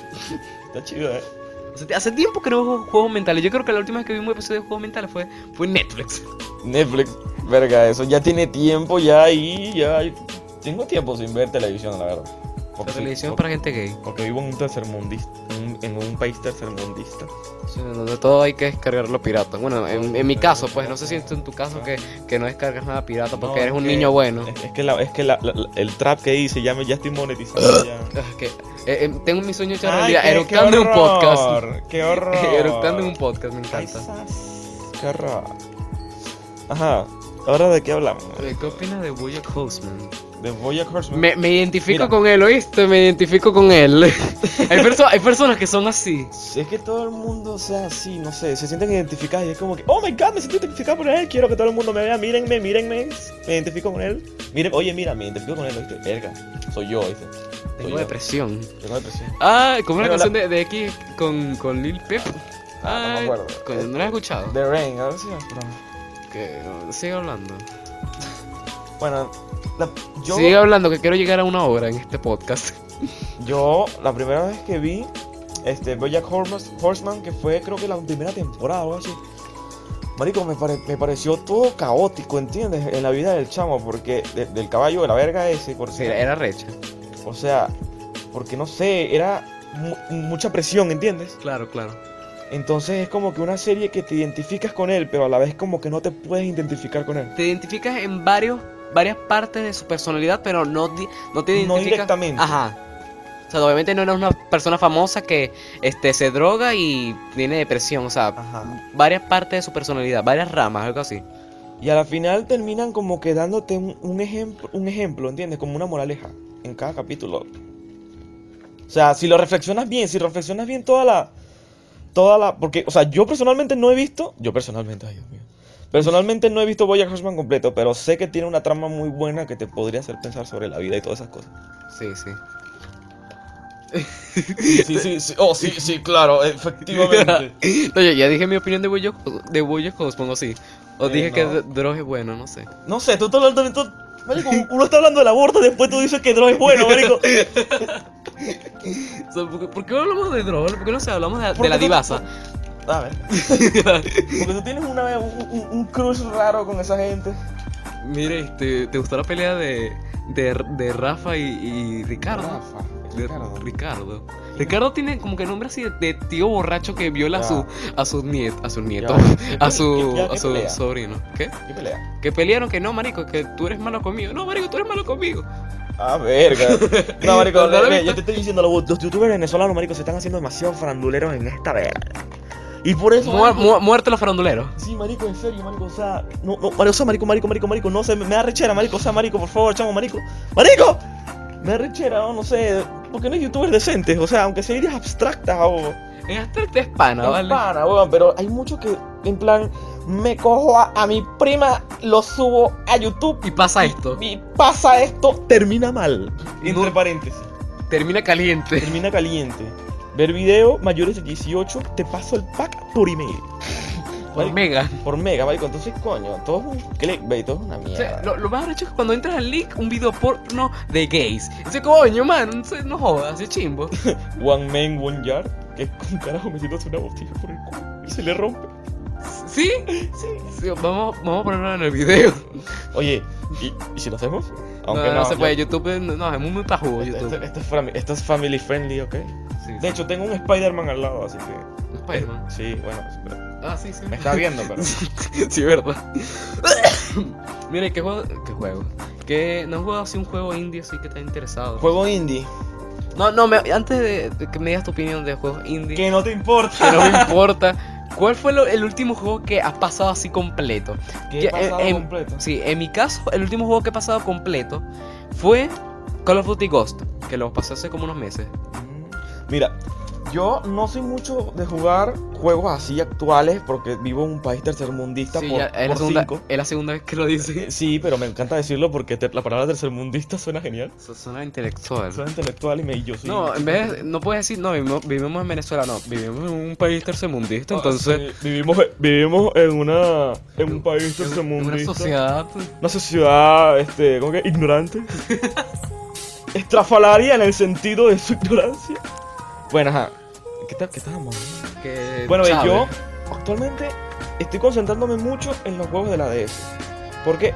[SPEAKER 1] *laughs* Está chido, eh.
[SPEAKER 2] Hace- Hace tiempo que no veo juegos mentales. Yo creo que la última vez que vi un episodio de juegos mentales fue, fue en Netflix.
[SPEAKER 1] Netflix. Verga, eso ya tiene tiempo, ya ahí, ya. Tengo tiempo sin ver televisión, la verdad.
[SPEAKER 2] La
[SPEAKER 1] Porque sí,
[SPEAKER 2] televisión
[SPEAKER 1] porque-
[SPEAKER 2] es para gente gay.
[SPEAKER 1] Porque vivo en un tercermundista, en un- en un país tercermundista.
[SPEAKER 2] Sí, Donde todo hay que descargarlo pirata. Bueno, en, en mi caso, pues no sé si en tu caso que, que no descargas nada pirata
[SPEAKER 1] No,
[SPEAKER 2] porque eres
[SPEAKER 1] es
[SPEAKER 2] un
[SPEAKER 1] que-
[SPEAKER 2] niño bueno.
[SPEAKER 1] Es, es que, la- es que la- la- la- el trap que hice, ya, me, ya estoy monetizando. ya.
[SPEAKER 2] Ah, que- eh, eh, tengo mi sueño hecho
[SPEAKER 1] Ay,
[SPEAKER 2] realidad,
[SPEAKER 1] qué-
[SPEAKER 2] eructando
[SPEAKER 1] qué
[SPEAKER 2] en un podcast.
[SPEAKER 1] horror,
[SPEAKER 2] *laughs*
[SPEAKER 1] Qué horror.
[SPEAKER 2] eructando en un podcast, me
[SPEAKER 1] Ay,
[SPEAKER 2] encanta.
[SPEAKER 1] sas, Qué horror. Ajá, ahora de qué hablamos.
[SPEAKER 2] Eh, ¿Qué opinas de Bojack Horseman?
[SPEAKER 1] De Bojack Horseman.
[SPEAKER 2] Me, me identifico
[SPEAKER 1] Mira.
[SPEAKER 2] con él, ¿oíste? Me identifico con él. *laughs* hay, perso- hay personas que son así.
[SPEAKER 1] Es que todo el mundo sea así, no sé, se sienten identificados y es como que, oh my god, me siento identificado con él, quiero que todo el mundo me vea, mírenme, mírenme, me identifico con él. Miren, oye, mira, me identifico con él, ¿viste? Verga, soy yo, ¿viste? Soy
[SPEAKER 2] Tengo
[SPEAKER 1] yo.
[SPEAKER 2] depresión.
[SPEAKER 1] Tengo depresión.
[SPEAKER 2] Ah, como una
[SPEAKER 1] Pero la-
[SPEAKER 2] canción de, de X con, con Lil Pep.
[SPEAKER 1] Ah, no me
[SPEAKER 2] Ay,
[SPEAKER 1] acuerdo.
[SPEAKER 2] coño, ¿no la has escuchado?
[SPEAKER 1] The Rain, a ver si me acuerdo.
[SPEAKER 2] Que- uh, sigue hablando.
[SPEAKER 1] Bueno, la- yo,
[SPEAKER 2] Sigue hablando que quiero llegar a una hora en este podcast.
[SPEAKER 1] yo, la primera vez que vi este Bojack Horse- Horseman, que fue creo que la primera temporada o algo así, Marico, me, pare- me pareció todo caótico, ¿entiendes? En la vida del chamo, porque de- del caballo de la verga ese, por
[SPEAKER 2] Sí, era recha.
[SPEAKER 1] O sea, porque no sé, era mu- mucha presión, ¿entiendes?
[SPEAKER 2] Claro, claro.
[SPEAKER 1] Entonces es como que una serie que te identificas con él, pero a la vez como que no te puedes identificar con él.
[SPEAKER 2] Te identificas en varios, varias partes de su personalidad, pero no, di- no te
[SPEAKER 1] No
[SPEAKER 2] identificas.
[SPEAKER 1] directamente.
[SPEAKER 2] Ajá. O sea, obviamente no eres una persona famosa que este, se droga y tiene depresión. O sea,
[SPEAKER 1] Ajá.
[SPEAKER 2] varias partes de su personalidad, varias ramas, algo así.
[SPEAKER 1] Y a la final terminan como que dándote un, un ejemplo, un ejemplo, ¿entiendes? Como una moraleja en cada capítulo. O sea, si lo reflexionas bien, si reflexionas bien toda la... Toda la... Porque, o sea, yo personalmente no he visto... Yo personalmente, ay Dios mío. Personalmente no he visto Boyack Horseman completo, pero sé que tiene una trama muy buena que te podría hacer pensar sobre la vida y todas esas cosas.
[SPEAKER 2] Sí, sí.
[SPEAKER 1] Sí, sí, sí. Oh, sí, sí, claro, efectivamente.
[SPEAKER 2] Oye, ya dije mi opinión de Boyo, de Boyo Cosmos, o sí. O
[SPEAKER 1] Eh,
[SPEAKER 2] dije que
[SPEAKER 1] no.
[SPEAKER 2] Dross es bueno, no sé.
[SPEAKER 1] *laughs* No sé, tú estás hablando. tú- marico, uno está hablando del aborto, después tú dices que no es bueno, *laughs* marico.
[SPEAKER 2] O sea, ¿por, qué- por qué hablamos de Dross? ¿Por qué no se hablamos de, de
[SPEAKER 1] Porque
[SPEAKER 2] la
[SPEAKER 1] tú-
[SPEAKER 2] divasa?
[SPEAKER 1] A ver,
[SPEAKER 2] *laughs*
[SPEAKER 1] porque tú tienes una, un, un- un crush raro con esa gente.
[SPEAKER 2] Mire, este, ¿te gustó la pelea de, de, de Rafa y, y Ricardo? De
[SPEAKER 1] Ricardo.
[SPEAKER 2] Ricardo. Ricardo. tiene como que nombre así de, de tío borracho que viola a
[SPEAKER 1] Ya.
[SPEAKER 2] su a su nieto, a su nieto,
[SPEAKER 1] Ya.
[SPEAKER 2] *laughs* a su
[SPEAKER 1] Ya, ya,
[SPEAKER 2] a
[SPEAKER 1] ¿qué
[SPEAKER 2] su
[SPEAKER 1] pelea?
[SPEAKER 2] sobrino. ¿Qué?
[SPEAKER 1] ¿Qué pelea?
[SPEAKER 2] Que pelearon que no, marico, que tú eres malo conmigo. No, marico, tú eres malo conmigo.
[SPEAKER 1] Ah,
[SPEAKER 2] *laughs*
[SPEAKER 1] verga. No, marico,
[SPEAKER 2] No, no lo he
[SPEAKER 1] ve,
[SPEAKER 2] visto.
[SPEAKER 1] yo te estoy diciendo, los, los youtubers venezolanos, marico, se están haciendo demasiado faranduleros en esta verga. Y por eso.
[SPEAKER 2] Muer-
[SPEAKER 1] marico,
[SPEAKER 2] mu- muerte los faranduleros.
[SPEAKER 1] Sí, marico, en serio, marico, o sea, no, no, marico, o sea, marico, marico, marico, marico, no sé, me, me da rechera, marico, o sea, marico, por favor, chamo, marico, marico, me da rechera, no, no sé, porque no hay youtubers decentes, o sea, aunque sean ideas abstractas o
[SPEAKER 2] En abstracto es pana, Ah, ¿vale?
[SPEAKER 1] pana, weón, pero hay muchos que, en plan, me cojo a, a mi prima, lo subo a YouTube
[SPEAKER 2] Y pasa esto.
[SPEAKER 1] y pasa esto, termina mal, entre
[SPEAKER 2] No.
[SPEAKER 1] paréntesis,
[SPEAKER 2] Termina
[SPEAKER 1] *laughs*
[SPEAKER 2] caliente.
[SPEAKER 1] termina caliente, ver video mayores de 18, te paso el pack por email.
[SPEAKER 2] Por mega.
[SPEAKER 1] Por mega, marico, entonces coño, todo es un clickbait, todo es una
[SPEAKER 2] O
[SPEAKER 1] mierda.
[SPEAKER 2] sea, lo, lo más arrecho es que cuando entras al link, un video porno de gays. Dice, coño, man, no, sé, no jodas, ese chimbo.
[SPEAKER 1] One Man, One Yard, que es con carajo metiéndose una botella por el culo y se le rompe.
[SPEAKER 2] ¿Sí? Sí, vamos, vamos a ponerlo en el video.
[SPEAKER 1] Oye, ¿y, y si lo hacemos?
[SPEAKER 2] no, no, se
[SPEAKER 1] ya- Este,
[SPEAKER 2] puede. YouTube, no, no, es muy, muy pajugo
[SPEAKER 1] Esto,
[SPEAKER 2] YouTube.
[SPEAKER 1] esto- esto es fami- esto es family friendly, ¿ok?
[SPEAKER 2] Sí,
[SPEAKER 1] De hecho, tengo un Spider-Man al lado, así que.
[SPEAKER 2] sí, Spider-Man.
[SPEAKER 1] Sí, bueno, pero-
[SPEAKER 2] Ah, sí, sí.
[SPEAKER 1] me está viendo, pero.
[SPEAKER 2] *laughs* sí, verdad. *coughs* Mire, ¿qué juego? ¿Qué juego? Que no has jugado así un juego indie así que te ha interesado.
[SPEAKER 1] Juego indie,
[SPEAKER 2] No, no, me- antes de, de que me digas tu opinión de juegos indie,
[SPEAKER 1] que no te importa.
[SPEAKER 2] *laughs* que no me importa, ¿cuál fue lo- el último juego que has pasado así completo?
[SPEAKER 1] Que
[SPEAKER 2] Ya,
[SPEAKER 1] he pasado
[SPEAKER 2] eh, em,
[SPEAKER 1] completo.
[SPEAKER 2] Sí, en mi caso, el último juego que he pasado completo fue Call of Duty Ghost, que lo pasé hace como unos meses.
[SPEAKER 1] Mm. Mira, yo no soy mucho de jugar juegos así actuales porque vivo en un país tercermundista
[SPEAKER 2] Sí,
[SPEAKER 1] por,
[SPEAKER 2] ya, es, la
[SPEAKER 1] por
[SPEAKER 2] segunda,
[SPEAKER 1] cinco.
[SPEAKER 2] es la segunda vez que lo dice.
[SPEAKER 1] Sí, pero me encanta decirlo porque te- la palabra tercermundista suena genial.
[SPEAKER 2] Eso suena intelectual.
[SPEAKER 1] Soy intelectual y me y yo soy.
[SPEAKER 2] No, en vez de- no puedes decir, no, vivimos, vivimos en Venezuela, no, vivimos en un país tercermundista,
[SPEAKER 1] Ah,
[SPEAKER 2] entonces...
[SPEAKER 1] sí, vivimos, eh, vivimos en una en un país
[SPEAKER 2] en- en
[SPEAKER 1] tercermundista.
[SPEAKER 2] una sociedad...
[SPEAKER 1] Una sociedad, este, ¿cómo que? Ignorante.
[SPEAKER 2] *laughs*
[SPEAKER 1] Estrafalaria en el sentido de su ignorancia. Bueno, ajá. ¿Qué tal? ¿Qué estábamos?
[SPEAKER 2] Que,
[SPEAKER 1] Bueno, y
[SPEAKER 2] ¿sabes?
[SPEAKER 1] yo actualmente estoy concentrándome mucho en los juegos de la DS. ¿Por qué?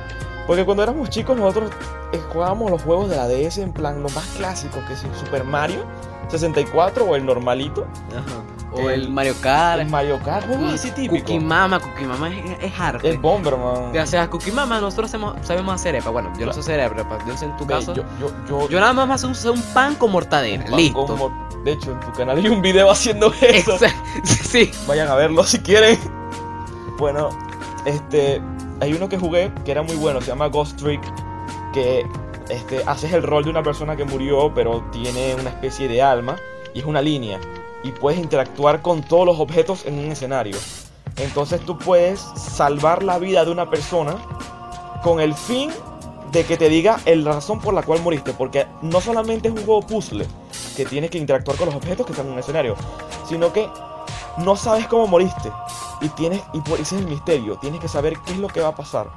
[SPEAKER 1] Porque cuando éramos chicos nosotros eh, jugábamos los juegos de la DS en plan los más clásicos, que es Super Mario 64 o el normalito,
[SPEAKER 2] O el,
[SPEAKER 1] El-
[SPEAKER 2] Mario Kart.
[SPEAKER 1] el Mario Kart, juegos así típicos.
[SPEAKER 2] Cookie Mama, Cookie Mama es, es arte.
[SPEAKER 1] El Bomberman.
[SPEAKER 2] Gracias a Cookie Mama nosotros hacemos- sabemos hacer arepa. Bueno, yo no sé hacer arepa, yo no sé en tu
[SPEAKER 1] Ve,
[SPEAKER 2] caso.
[SPEAKER 1] yo,
[SPEAKER 2] Yo,
[SPEAKER 1] yo, yo,
[SPEAKER 2] nada más me hago un, un pan con mortadela,
[SPEAKER 1] Pan con
[SPEAKER 2] listo. *laughs*
[SPEAKER 1] mor- de hecho, en tu canal hay un video haciendo *laughs* eso.
[SPEAKER 2] Exacto. *laughs* Sí,
[SPEAKER 1] Vayan a verlo si quieren. Bueno, este. Hay uno que jugué que era muy bueno, se llama Ghost Trick. Que este, haces el rol de una persona que murió, pero tiene una especie de alma y es una línea. Y puedes interactuar con todos los objetos en un escenario. Entonces tú puedes salvar la vida de una persona con el fin de que te diga el- la razón por la cual moriste. Porque no solamente es un juego puzzle, que tienes que interactuar con los objetos que están en un escenario, sino que no sabes cómo moriste. Y tienes y por ese es el misterio. Tienes que saber qué es lo que va a pasar.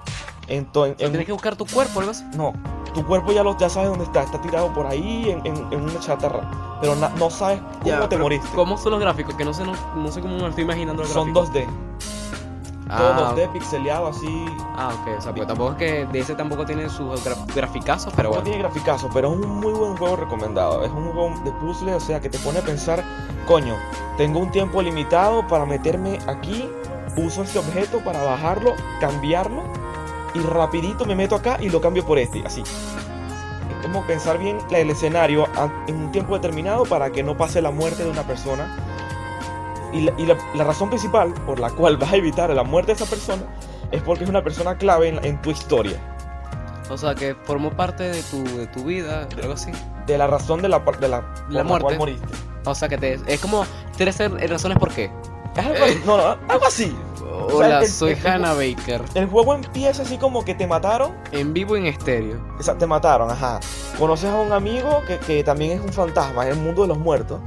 [SPEAKER 1] Entonces, en-
[SPEAKER 2] tienes que buscar tu cuerpo, algo así.
[SPEAKER 1] no, tu cuerpo ya lo ya sabes dónde está, está tirado por ahí en, en- en una chatarra, pero na- no sabes cómo
[SPEAKER 2] Ya,
[SPEAKER 1] te
[SPEAKER 2] pero
[SPEAKER 1] moriste.
[SPEAKER 2] ¿Cómo son los gráficos? Que no sé, no, no sé cómo me estoy imaginando los
[SPEAKER 1] Son
[SPEAKER 2] gráficos.
[SPEAKER 1] 2D,
[SPEAKER 2] Ah,
[SPEAKER 1] todo 2D pixeleado así.
[SPEAKER 2] ah, ok. O sea, pues tampoco es que de ese tampoco tiene sus gra- graficazos, pero
[SPEAKER 1] No
[SPEAKER 2] bueno.
[SPEAKER 1] tiene graficazo, pero es un muy buen juego recomendado. Es un juego de puzzle, o sea, que te pone a pensar, coño, tengo un tiempo limitado para meterme aquí, uso este objeto para bajarlo, cambiarlo y rapidito me meto acá y lo cambio por este, así. Es como pensar bien la- el escenario a- en un tiempo determinado para que no pase la muerte de una persona. Y, la, y la- la razón principal por la cual *laughs* vas a evitar la muerte de esa persona es porque es una persona clave en- en tu historia.
[SPEAKER 2] O sea, que formó parte de tu, de tu vida, algo así.
[SPEAKER 1] de la razón de la, par- de la, por la
[SPEAKER 2] muerte. Eh.
[SPEAKER 1] cual moriste.
[SPEAKER 2] O sea, que te, es como 13 razones por qué.
[SPEAKER 1] Es algo, así- no, no, algo así. O sea,
[SPEAKER 2] Hola,
[SPEAKER 1] el-
[SPEAKER 2] soy
[SPEAKER 1] el- el-
[SPEAKER 2] Hannah Baker.
[SPEAKER 1] El juego empieza así como que te mataron,
[SPEAKER 2] En vivo y en estéreo.
[SPEAKER 1] o sea, te mataron, ajá. Conoces a un amigo que, que también es un fantasma en el mundo de los muertos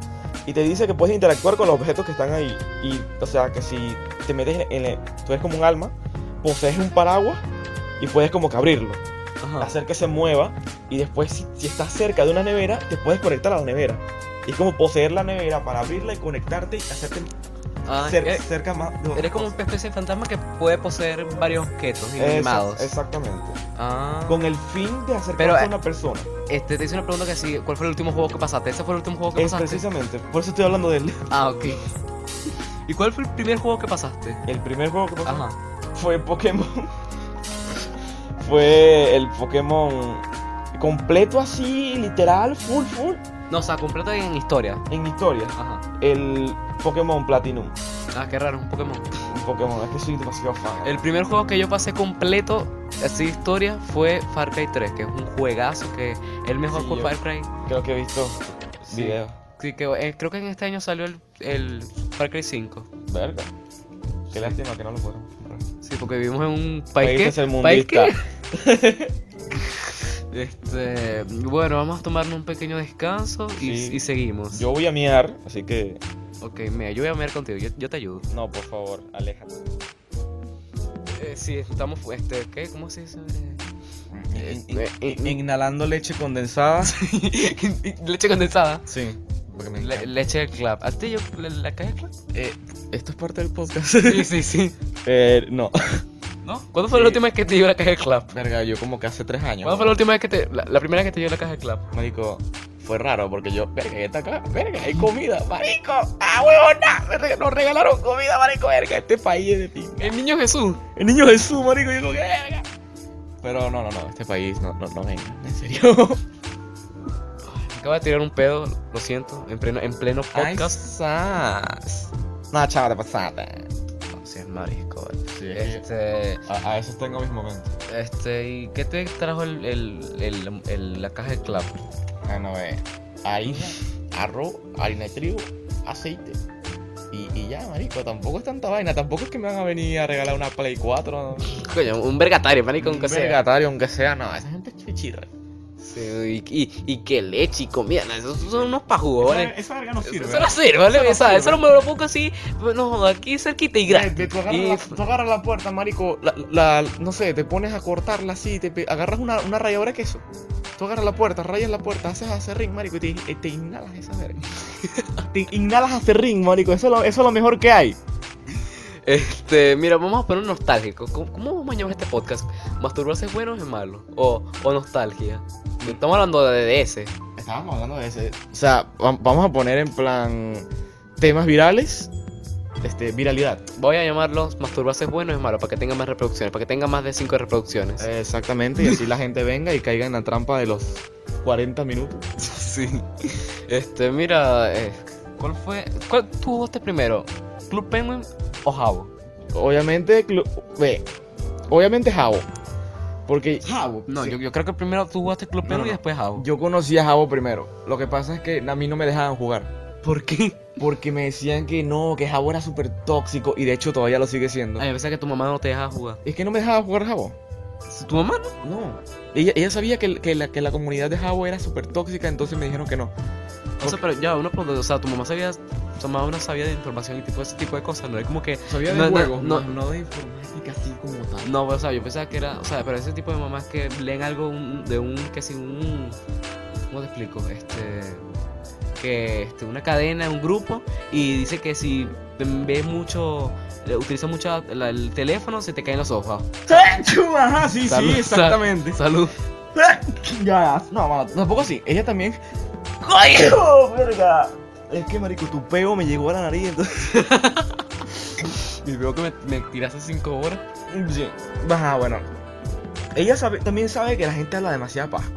[SPEAKER 1] y te dice que puedes interactuar con los objetos que están ahí. Y, o sea, que si te metes en el, tú eres como un alma, posees un paraguas y puedes como que abrirlo,
[SPEAKER 2] Ajá.
[SPEAKER 1] hacer que se mueva y después si, si estás cerca de una nevera, te puedes conectar a la nevera. Y es como poseer la nevera para abrirla y conectarte y hacerte
[SPEAKER 2] Ah,
[SPEAKER 1] cer-
[SPEAKER 2] eh,
[SPEAKER 1] cerca más de
[SPEAKER 2] eres como una especie de fantasma que puede poseer varios objetos inanimados.
[SPEAKER 1] Exact- Exactamente.
[SPEAKER 2] Ah.
[SPEAKER 1] Con el fin de acercarse
[SPEAKER 2] Pero,
[SPEAKER 1] a
[SPEAKER 2] eh,
[SPEAKER 1] una persona.
[SPEAKER 2] Este, te hice una pregunta que sí, ¿cuál fue el último juego que pasaste? ¿Ese fue el último juego que
[SPEAKER 1] Es
[SPEAKER 2] pasaste?
[SPEAKER 1] precisamente. Por eso estoy hablando de él. *laughs*
[SPEAKER 2] Ah, ok. *laughs* ¿Y cuál fue el primer juego que pasaste?
[SPEAKER 1] El primer juego que pasó
[SPEAKER 2] Ajá.
[SPEAKER 1] fue Pokémon. *laughs* fue el Pokémon completo así, literal, full, full,
[SPEAKER 2] No, o sea, completo en historia.
[SPEAKER 1] en historia.
[SPEAKER 2] Ajá.
[SPEAKER 1] El Pokémon Platinum.
[SPEAKER 2] Ah, qué raro, un Pokémon.
[SPEAKER 1] Un Pokémon, es que soy demasiado fan.
[SPEAKER 2] El primer juego que yo pasé completo, así de historia, fue Far Cry 3, que es un juegazo que el mejor
[SPEAKER 1] Sí,
[SPEAKER 2] fue
[SPEAKER 1] yo-
[SPEAKER 2] Far Cry.
[SPEAKER 1] Creo que he visto
[SPEAKER 2] Sí.
[SPEAKER 1] videos.
[SPEAKER 2] Sí, que, eh, creo que en este año salió el, el Far Cry 5.
[SPEAKER 1] Verga. Qué
[SPEAKER 2] Sí.
[SPEAKER 1] lástima que no lo podemos comprar.
[SPEAKER 2] Sí, porque vivimos en un país que... ¿País
[SPEAKER 1] tercermundista.
[SPEAKER 2] qué? Este, bueno, vamos a tomarnos un pequeño descanso y,
[SPEAKER 1] Sí.
[SPEAKER 2] y seguimos.
[SPEAKER 1] Yo voy a miar, así que.
[SPEAKER 2] Ok, mira, yo voy a mirar contigo, yo, yo te ayudo.
[SPEAKER 1] No, por favor, aléjate.
[SPEAKER 2] Eh, sí, estamos, este, ¿qué? ¿Cómo se dice? Eh, este,
[SPEAKER 1] In- in- in- Inhalando leche
[SPEAKER 2] *laughs*
[SPEAKER 1] condensada.
[SPEAKER 2] leche condensada.
[SPEAKER 1] Sí. Porque me
[SPEAKER 2] Le-
[SPEAKER 1] encanta.
[SPEAKER 2] leche del club. ¿A ti yo, la, la caja del club?
[SPEAKER 1] Eh, Esto es parte del
[SPEAKER 5] *laughs*
[SPEAKER 1] podcast.
[SPEAKER 2] Sí, sí, sí.
[SPEAKER 1] eh, no.
[SPEAKER 2] ¿No? ¿Cuándo fue la
[SPEAKER 1] Sí.
[SPEAKER 2] última vez que te dio la caja del club?
[SPEAKER 1] *laughs* Verga, yo como que hace tres años.
[SPEAKER 2] ¿Cuándo fue la última vez que te... La, la primera que te dio la caja del club?
[SPEAKER 1] Marico, fue raro porque yo. Verga, está acá. Verga, hay comida. Marico, ah, huevona. verga, Nos regalaron comida, marico. Verga, este país es de pinga.
[SPEAKER 2] El niño Jesús.
[SPEAKER 1] El niño Jesús, marico, yo como que verga. Pero no, no, no. Este país no, no, no venga. En serio.
[SPEAKER 2] Acaba de tirar un pedo, lo siento, en pleno, en pleno podcast.
[SPEAKER 1] sas. No, chaval, te pasaste. Eh,
[SPEAKER 2] No seas marisco.
[SPEAKER 1] Sí,
[SPEAKER 2] Este,
[SPEAKER 1] a, a veces tengo mis momentos.
[SPEAKER 2] este, ¿y qué te trajo el, el, el, el- la caja del club?
[SPEAKER 1] Ah, no, eh. Harina, arroz, harina de trigo, aceite. Y, y ya, marico, tampoco es tanta vaina. Tampoco es que me van a venir a regalar una Play 4.
[SPEAKER 2] Coño, un vergatario, marico,
[SPEAKER 1] un
[SPEAKER 2] aunque sea.
[SPEAKER 1] regatario, aunque sea, no. Esa gente es eh. chichirra.
[SPEAKER 2] Sí, y, y, y que leche y comida, no, esos son unos pajugones.
[SPEAKER 1] Esa verga no
[SPEAKER 2] Eso no sirve, ¿vale?
[SPEAKER 1] Eso no
[SPEAKER 2] O sea,
[SPEAKER 1] sirve.
[SPEAKER 2] Eso no me lo pongo así, pues, no, joda, aquí cerquita y gratis.
[SPEAKER 1] Eh, Tú agarras,
[SPEAKER 2] Y-
[SPEAKER 1] la, tú agarras la puerta, marico, la, la- no sé, te pones a cortarla así, te pe- agarras una, una rayadora de queso. Tú agarras la puerta, rayas la puerta, haces acerrín, marico, y te, y te inhalas *laughs* esa verga. te inhalas acerrín, marico, eso es, lo, eso es lo mejor que hay.
[SPEAKER 2] Este, mira, vamos a poner nostálgico. ¿Cómo, cómo vamos a llamar este podcast? ¿Masturbarse es bueno o es malo? O, o nostalgia. Estamos hablando de, de ese.
[SPEAKER 1] Estábamos hablando de ese. O sea, va- vamos a poner en plan temas virales, este, viralidad.
[SPEAKER 2] Voy a llamarlo masturbarse es bueno o es malo, para que tenga más reproducciones, para que tenga más de 5 reproducciones.
[SPEAKER 1] Eh, Exactamente, y así la gente venga y caiga en la trampa de los 40 minutos.
[SPEAKER 2] Sí. Este, mira, eh, ¿cuál fue? ¿Cuál tú votaste primero? ¿Club Penguin o Jabo?
[SPEAKER 1] Obviamente, clu- ve, obviamente Javo. Porque
[SPEAKER 4] Jabo.
[SPEAKER 2] No,
[SPEAKER 1] Sí.
[SPEAKER 2] yo, yo creo que primero tú votaste Club Penguin
[SPEAKER 1] no.
[SPEAKER 2] y después Jabo.
[SPEAKER 1] yo conocí a Javo primero. Lo que pasa es que a mí no me dejaban jugar.
[SPEAKER 2] ¿Por qué?
[SPEAKER 1] Porque me decían que no, que Javo era súper tóxico y de hecho todavía lo sigue siendo.
[SPEAKER 2] Ay, me pensaba que tu mamá no te dejaba jugar.
[SPEAKER 1] Es que no me dejaba jugar Javo.
[SPEAKER 2] ¿Tu mamá no?
[SPEAKER 1] No. Ella, ella sabía que, que la, que la comunidad de Javo era súper tóxica, entonces me dijeron que no.
[SPEAKER 2] O sea, pero ya, una pregunta, o sea, tu mamá sabía, tu mamá no sabía de información y tipo ese tipo de cosas, ¿no? Es como que,
[SPEAKER 1] Sabía
[SPEAKER 2] de No, no, juegos, no. más
[SPEAKER 1] de informática así como tal.
[SPEAKER 2] no, o sea, yo pensaba que era, o sea, pero ese tipo de mamás que leen algo un- de un, que si un, ¿cómo te explico? Este, que este, una cadena, un grupo, y dice que si ve mucho, eh, utiliza mucho la- el teléfono, se te caen los ojos.
[SPEAKER 1] Ajá, sí,
[SPEAKER 2] Salud.
[SPEAKER 1] sí, exactamente.
[SPEAKER 2] Salud.
[SPEAKER 1] Ya, no, mano, tampoco así. Ella también. ¡Coño! ¡Verga! Es que, marico, tu peo me llegó a la nariz, entonces.
[SPEAKER 2] Y veo que me, me tiraste cinco horas.
[SPEAKER 1] Sí. Ajá, bueno. Ella sabe, también sabe que la gente habla demasiada paja.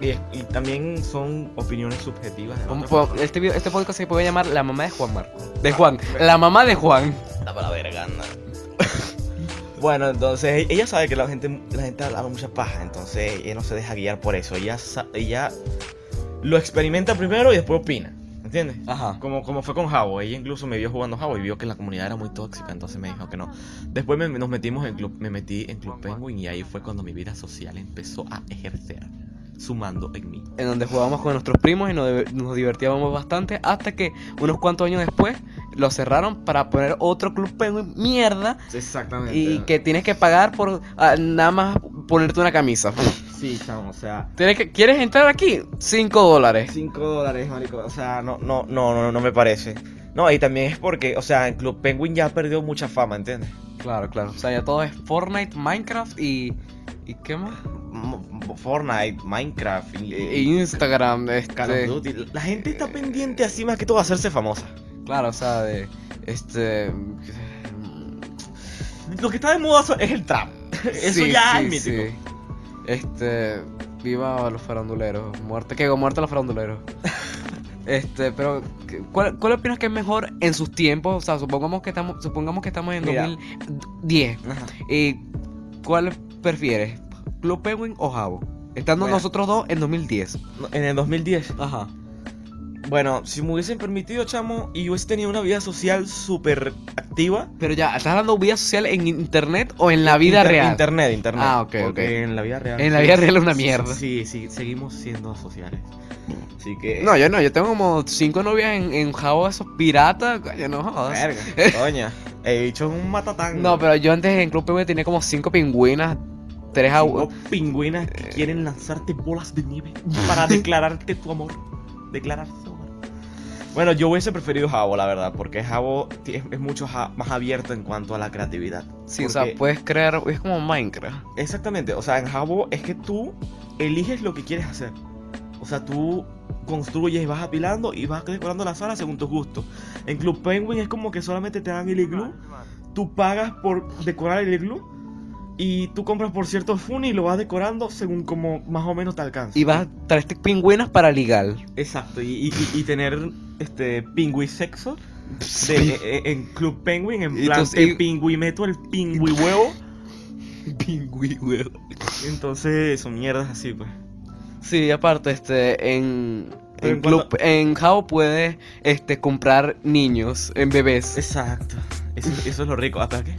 [SPEAKER 1] Y, es- y también son opiniones subjetivas. de la
[SPEAKER 2] Vamos,
[SPEAKER 1] otra
[SPEAKER 2] po-
[SPEAKER 1] persona.
[SPEAKER 2] Este, video- este podcast se puede llamar La mamá de Juan Marco. De Juan, la mamá de Juan.
[SPEAKER 1] Bueno, entonces e- ella sabe que la gente, la gente habla mucha paja, entonces ella no se deja guiar por eso. Ella, sa- ella lo experimenta primero y después opina. ¿Entiendes?
[SPEAKER 2] Ajá.
[SPEAKER 1] Como, como fue con Javo, ella incluso me vio jugando Javo y vio que la comunidad era muy tóxica, entonces me dijo que no. Después me- nos metimos en club, me metí en Club Penguin y ahí fue cuando mi vida social empezó a ejercer, sumando en mí.
[SPEAKER 2] en donde jugábamos con nuestros primos y nos, div- nos divertíamos bastante hasta que unos cuantos años después lo cerraron para poner otro club penguin mierda
[SPEAKER 1] Exactamente.
[SPEAKER 2] y que tienes que pagar por ah, nada más ponerte una camisa.
[SPEAKER 1] Sí, chamo, o sea,
[SPEAKER 2] Tienes que, ¿Quieres entrar aquí? 5 dólares.
[SPEAKER 1] 5 dólares, marico. O sea, no, no, no, no, no me parece. No, y también es porque, o sea, el Club Penguin ya perdió mucha fama, ¿entiendes?
[SPEAKER 2] Claro, claro. O sea, ya todo es Fortnite, Minecraft y... ¿Y qué más?
[SPEAKER 1] M- Fortnite, Minecraft, y- y-
[SPEAKER 2] Instagram, este...
[SPEAKER 1] Call of Duty. La gente
[SPEAKER 2] Eh,
[SPEAKER 1] está pendiente así más que todo a hacerse famosa.
[SPEAKER 2] Claro, o sea, de... Este...
[SPEAKER 1] Lo que está de moda so- es el
[SPEAKER 2] *laughs*
[SPEAKER 1] trap. Eso
[SPEAKER 2] Sí,
[SPEAKER 1] ya
[SPEAKER 2] sí,
[SPEAKER 1] es mítico.
[SPEAKER 2] sí. Este, viva los faranduleros. Muerte que muerte a
[SPEAKER 1] *laughs*
[SPEAKER 2] los faranduleros. Este, pero ¿qué- ¿cuál, ¿cuál opinas que es mejor en sus tiempos? O sea, supongamos que estamos supongamos que estamos en
[SPEAKER 1] Mira.
[SPEAKER 2] 2010.
[SPEAKER 1] Ajá.
[SPEAKER 2] ¿Y cuál prefieres? ¿Club Penguin o Jabo? Estando
[SPEAKER 1] Bueno.
[SPEAKER 2] nosotros dos en 2010.
[SPEAKER 1] No, En el 2010.
[SPEAKER 2] Ajá.
[SPEAKER 1] Bueno, si me hubiesen permitido, chamo, y yo hubiese tenido una vida social súper activa.
[SPEAKER 2] Pero ya, ¿estás hablando vida social en internet o en la vida
[SPEAKER 1] Inter-
[SPEAKER 2] real?
[SPEAKER 1] Internet, internet.
[SPEAKER 2] Ah, ok,
[SPEAKER 1] Porque
[SPEAKER 2] ok.
[SPEAKER 1] En la vida real.
[SPEAKER 2] En la vida real es una mierda.
[SPEAKER 1] Sí, sí, seguimos siendo sociales. Así que.
[SPEAKER 2] No, yo no, yo tengo como cinco novias en, en Jabo, esos piratas, coño, no jodas. *laughs*
[SPEAKER 1] Verga, coña. El bicho es un matatán.
[SPEAKER 2] No, pero yo antes en Club Penguin tenía como cinco pingüinas, tres
[SPEAKER 1] Cinco
[SPEAKER 2] aguas.
[SPEAKER 1] pingüinas
[SPEAKER 2] Eh.
[SPEAKER 1] que quieren lanzarte bolas de nieve
[SPEAKER 2] *laughs*
[SPEAKER 1] para declararte tu amor. Declararse su amor. Bueno, yo hubiese preferido Jabo, la verdad, porque Jabo ti- es, es mucho ja- más abierto en cuanto a la creatividad.
[SPEAKER 2] Sí, o
[SPEAKER 1] Porque-
[SPEAKER 2] sea, puedes crear, es como Minecraft.
[SPEAKER 1] Exactamente, o sea, en Jabo es que tú eliges lo que quieres hacer. O sea, tú construyes, vas apilando y vas decorando la sala según tus gustos. En Club Penguin es como que solamente te dan el iglú, tú pagas por decorar el iglú y tú compras por ciertos funis y lo vas decorando según como más o menos te alcanza.
[SPEAKER 2] Y vas a traer este pingüinas para
[SPEAKER 5] *laughs*
[SPEAKER 2] ligar.
[SPEAKER 1] Exacto, y, y- y- y tener este pingüi sexo de-
[SPEAKER 5] eh,
[SPEAKER 1] e- e- en Club Penguin, en
[SPEAKER 2] Y
[SPEAKER 1] plan,
[SPEAKER 2] tus- y-
[SPEAKER 1] el pingüi meto, el pingüi huevo.
[SPEAKER 2] Pingüí, weón.
[SPEAKER 1] Entonces, son mierdas así, pues.
[SPEAKER 2] Sí, aparte, este, en,
[SPEAKER 1] Pero
[SPEAKER 2] en
[SPEAKER 1] en
[SPEAKER 2] Club, en Jao puedes, este, comprar niños, en
[SPEAKER 1] *laughs*
[SPEAKER 2] bebés.
[SPEAKER 1] Exacto. Eso, eso es lo rico. ¿Hasta qué?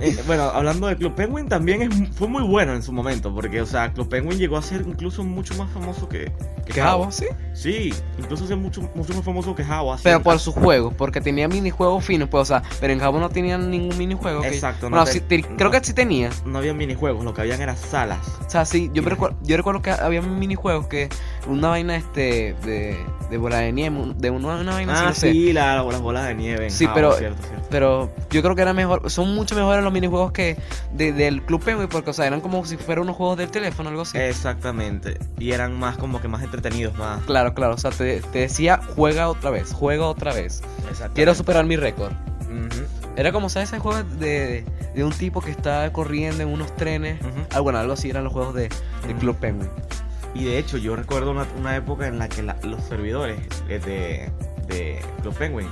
[SPEAKER 5] Eh, bueno, hablando de Club Penguin, también es- fue muy bueno en su momento, porque, o sea, Club Penguin llegó a ser incluso mucho más famoso que, que
[SPEAKER 2] ¿Qué hago? Sí.
[SPEAKER 5] Sí, incluso es mucho, mucho más famoso que Jao. así-
[SPEAKER 2] Pero por sus juegos, porque tenía minijuegos finos, pues, o sea, pero en Jabo no tenían ningún minijuego. que-
[SPEAKER 5] Exacto, no
[SPEAKER 2] Bueno,
[SPEAKER 5] te-
[SPEAKER 2] sí, te- creo que sí tenía.
[SPEAKER 5] No había minijuegos, lo que habían eran salas.
[SPEAKER 2] O sea, sí, yo, me recuer- yo recuerdo que había minijuegos que una vaina este de, de bola de nieve, un- de una, una vaina así,
[SPEAKER 5] Ah,
[SPEAKER 2] no sé.
[SPEAKER 5] sí, la- las bolas de nieve. en
[SPEAKER 2] Sí,
[SPEAKER 5] Jao,
[SPEAKER 2] pero-
[SPEAKER 5] Cierto, cierto.
[SPEAKER 2] Pero yo creo que era mejor, son mucho mejores los minijuegos que de- del Club Penguin, porque o sea, eran como si fueran unos juegos del teléfono, algo
[SPEAKER 5] Eh.
[SPEAKER 2] así.
[SPEAKER 5] Exactamente. Y eran más como que más entretenidos, más.
[SPEAKER 2] Claro, claro, o sea, te, te decía, juega otra vez, juega otra vez.
[SPEAKER 5] Exactamente.
[SPEAKER 2] Quiero superar mi récord.
[SPEAKER 5] Ujú,
[SPEAKER 2] Era como, ¿sabes? Ese juego de, de un tipo que está corriendo en unos trenes.
[SPEAKER 5] ujú.
[SPEAKER 2] Ah, bueno, algo así eran los juegos de, de Club Penguin.
[SPEAKER 5] Y de hecho, yo recuerdo una, una época en la que la- los servidores eh, de, de Club Penguin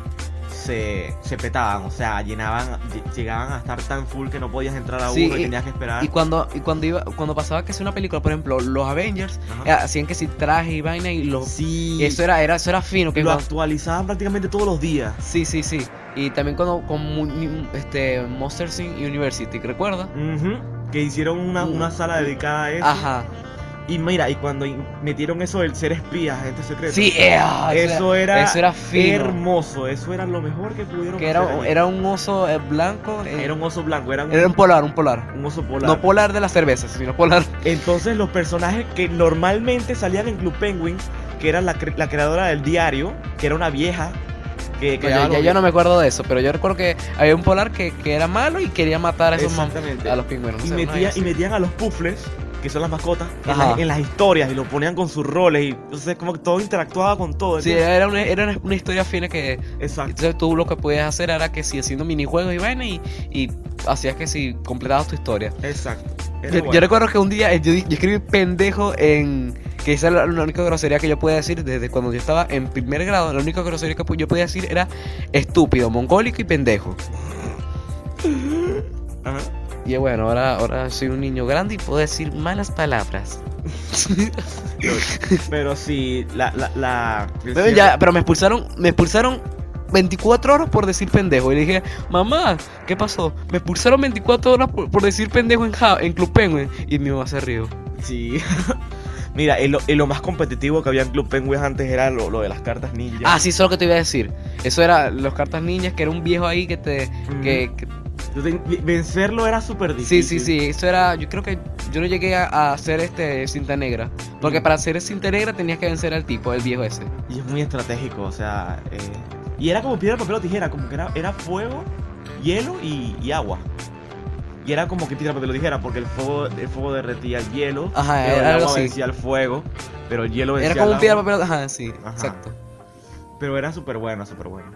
[SPEAKER 5] se, se petaban, o sea, llenaban, lle- llegaban a estar tan full que no podías entrar a uno
[SPEAKER 2] Sí,
[SPEAKER 5] y
[SPEAKER 2] y-
[SPEAKER 5] tenías que esperar.
[SPEAKER 2] Y cuando, y cuando iba, cuando pasaba que sea una película, por ejemplo, los Avengers,
[SPEAKER 5] Ajá.
[SPEAKER 2] eh, hacían que si traje y vaina y los
[SPEAKER 5] sí,
[SPEAKER 2] y eso era, era, eso era fino, que
[SPEAKER 5] lo
[SPEAKER 2] cuando-
[SPEAKER 5] actualizaban prácticamente todos los días.
[SPEAKER 2] sí, sí, sí. Y también cuando con mu- ni- este Monster Inc. University, ¿recuerdas?
[SPEAKER 5] Ujú, Que hicieron una,
[SPEAKER 2] Mm.
[SPEAKER 5] una sala dedicada a eso.
[SPEAKER 2] Ajá.
[SPEAKER 5] Y mira, y cuando in- metieron eso del ser este espía, gente secreta.
[SPEAKER 2] Sí, eh, ah,
[SPEAKER 5] eso era,
[SPEAKER 2] eso era fino.
[SPEAKER 5] hermoso, eso era lo mejor que pudieron
[SPEAKER 2] Que
[SPEAKER 5] hacer
[SPEAKER 2] era,
[SPEAKER 5] allí.
[SPEAKER 2] era un oso eh, blanco. eh,
[SPEAKER 5] Era un oso blanco, era un,
[SPEAKER 2] era un polar, un polar.
[SPEAKER 5] un oso polar.
[SPEAKER 2] No polar de las cervezas, sino polar.
[SPEAKER 5] Entonces los personajes que normalmente salían en Club Penguin, que era la, cre- la creadora del diario, que era una vieja, que
[SPEAKER 2] Oye, ya, yo no me acuerdo de eso, pero yo recuerdo que había un polar que, que era malo y quería matar a esos mam-
[SPEAKER 5] Exactamente.
[SPEAKER 2] a los pingüinos. no
[SPEAKER 5] y,
[SPEAKER 2] sé, una
[SPEAKER 5] metía-
[SPEAKER 2] vaina
[SPEAKER 5] y
[SPEAKER 2] así.
[SPEAKER 5] metían a los puffles, que son las mascotas, en,
[SPEAKER 2] Ajá.
[SPEAKER 5] las- en las historias y lo ponían con sus roles. Y entonces como que todo interactuaba con todo.
[SPEAKER 2] Sí,
[SPEAKER 5] entonces-
[SPEAKER 2] era una, era una- una historia fina que
[SPEAKER 5] Exacto.
[SPEAKER 2] entonces tú lo que podías hacer era que si haciendo minijuegos y vaina y, y hacías que si completabas tu historia.
[SPEAKER 5] Exacto. Era
[SPEAKER 2] Yo, yo
[SPEAKER 5] bueno.
[SPEAKER 2] recuerdo que un día eh, yo, di- yo escribí pendejo en... Que esa es la, la única grosería que yo podía decir desde cuando yo estaba en primer grado. La única grosería que pu- yo podía decir era estúpido, mongólico y pendejo.
[SPEAKER 5] Ajá.
[SPEAKER 2] Y bueno, ahora, ahora soy un niño grande y puedo decir malas palabras.
[SPEAKER 5] Pero sí, la... la, la el
[SPEAKER 2] Pero,
[SPEAKER 5] cierre-
[SPEAKER 2] ya, pero me expulsaron, me expulsaron 24 horas por decir pendejo. Y le dije, mamá, ¿qué pasó? Me expulsaron 24 horas por, por decir pendejo en, Ja- en Club Penguin. Y mi mamá se rió.
[SPEAKER 1] *laughs*
[SPEAKER 5] Sí. Mira, y lo, y lo más competitivo que había en Club Penguin antes era lo, lo de las cartas ninja.
[SPEAKER 2] Ah, sí, eso es lo que te iba a decir. Eso era los cartas ninjas, que era un viejo ahí que te... Que, que-
[SPEAKER 5] Entonces, mm, Vencerlo era súper
[SPEAKER 2] sí,
[SPEAKER 5] difícil.
[SPEAKER 2] sí, sí, eso era... Yo creo que yo no llegué a, a hacer este cinta negra. Porque para hacer cinta negra tenías que vencer al tipo, el viejo ese.
[SPEAKER 5] Y es muy estratégico, o sea. eh, y era como piedra, papel o tijera, como que era, era fuego, hielo y, y agua. Y era como que piedra, papel o tijera, porque el fuego, el fuego derretía el hielo,
[SPEAKER 2] Ajá, era
[SPEAKER 5] pero el
[SPEAKER 2] algo
[SPEAKER 5] agua
[SPEAKER 2] así.
[SPEAKER 5] vencía el fuego, pero el hielo vencía
[SPEAKER 2] Era como
[SPEAKER 5] el
[SPEAKER 2] un piedra,
[SPEAKER 5] agua.
[SPEAKER 2] papel... Ajá, sí,
[SPEAKER 5] Ajá.
[SPEAKER 2] exacto.
[SPEAKER 5] Pero era súper bueno, súper bueno.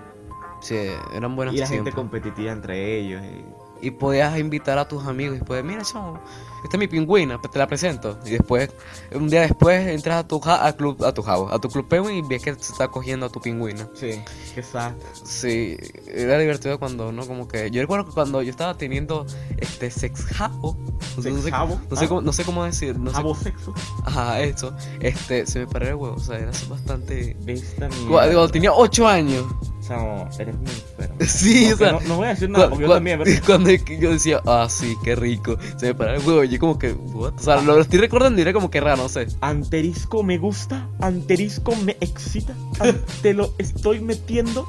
[SPEAKER 2] Sí, eran buenos
[SPEAKER 5] y la gente
[SPEAKER 2] tiempos.
[SPEAKER 5] competitía entre ellos. y-
[SPEAKER 2] y podías invitar a tus amigos y después, mira, chamo, esta es mi pingüina, pues, te la presento. Y después, un día después, entras a tu, ja- a club, a tu jabo, a tu club penguin y ves que se está cogiendo a tu pingüina.
[SPEAKER 5] Sí, qué sad.
[SPEAKER 2] Sí, era divertido cuando, ¿no? Como que, yo recuerdo que cuando yo estaba teniendo, este, sex jabo, no sé- no sé,
[SPEAKER 5] Sexjabo,
[SPEAKER 2] no sé
[SPEAKER 5] ah.
[SPEAKER 2] cómo, no sé cómo decir, no sé,
[SPEAKER 5] Jabo sexo.
[SPEAKER 2] ajá, eso, este, se me paró el huevo, o sea, era bastante...
[SPEAKER 5] De esta mierda.
[SPEAKER 2] Cuando cuando tenía 8 años. *laughs*
[SPEAKER 5] Chamo, eres muy enfermo.
[SPEAKER 2] Sí, o
[SPEAKER 5] Ok,
[SPEAKER 2] sea,
[SPEAKER 5] no, no voy a decir nada,
[SPEAKER 2] Cu-
[SPEAKER 5] porque yo
[SPEAKER 2] cu-
[SPEAKER 5] también, ¿verdad?
[SPEAKER 2] *laughs* Cuando es que yo decía, ah, sí, qué rico. Se me paraba el huevo. y Yo como que, what? O sea, lo estoy recordando y era como que raro, no sé.
[SPEAKER 5] Anterisco me gusta, anterisco me
[SPEAKER 2] *laughs*
[SPEAKER 5] excita, an- te lo estoy metiendo,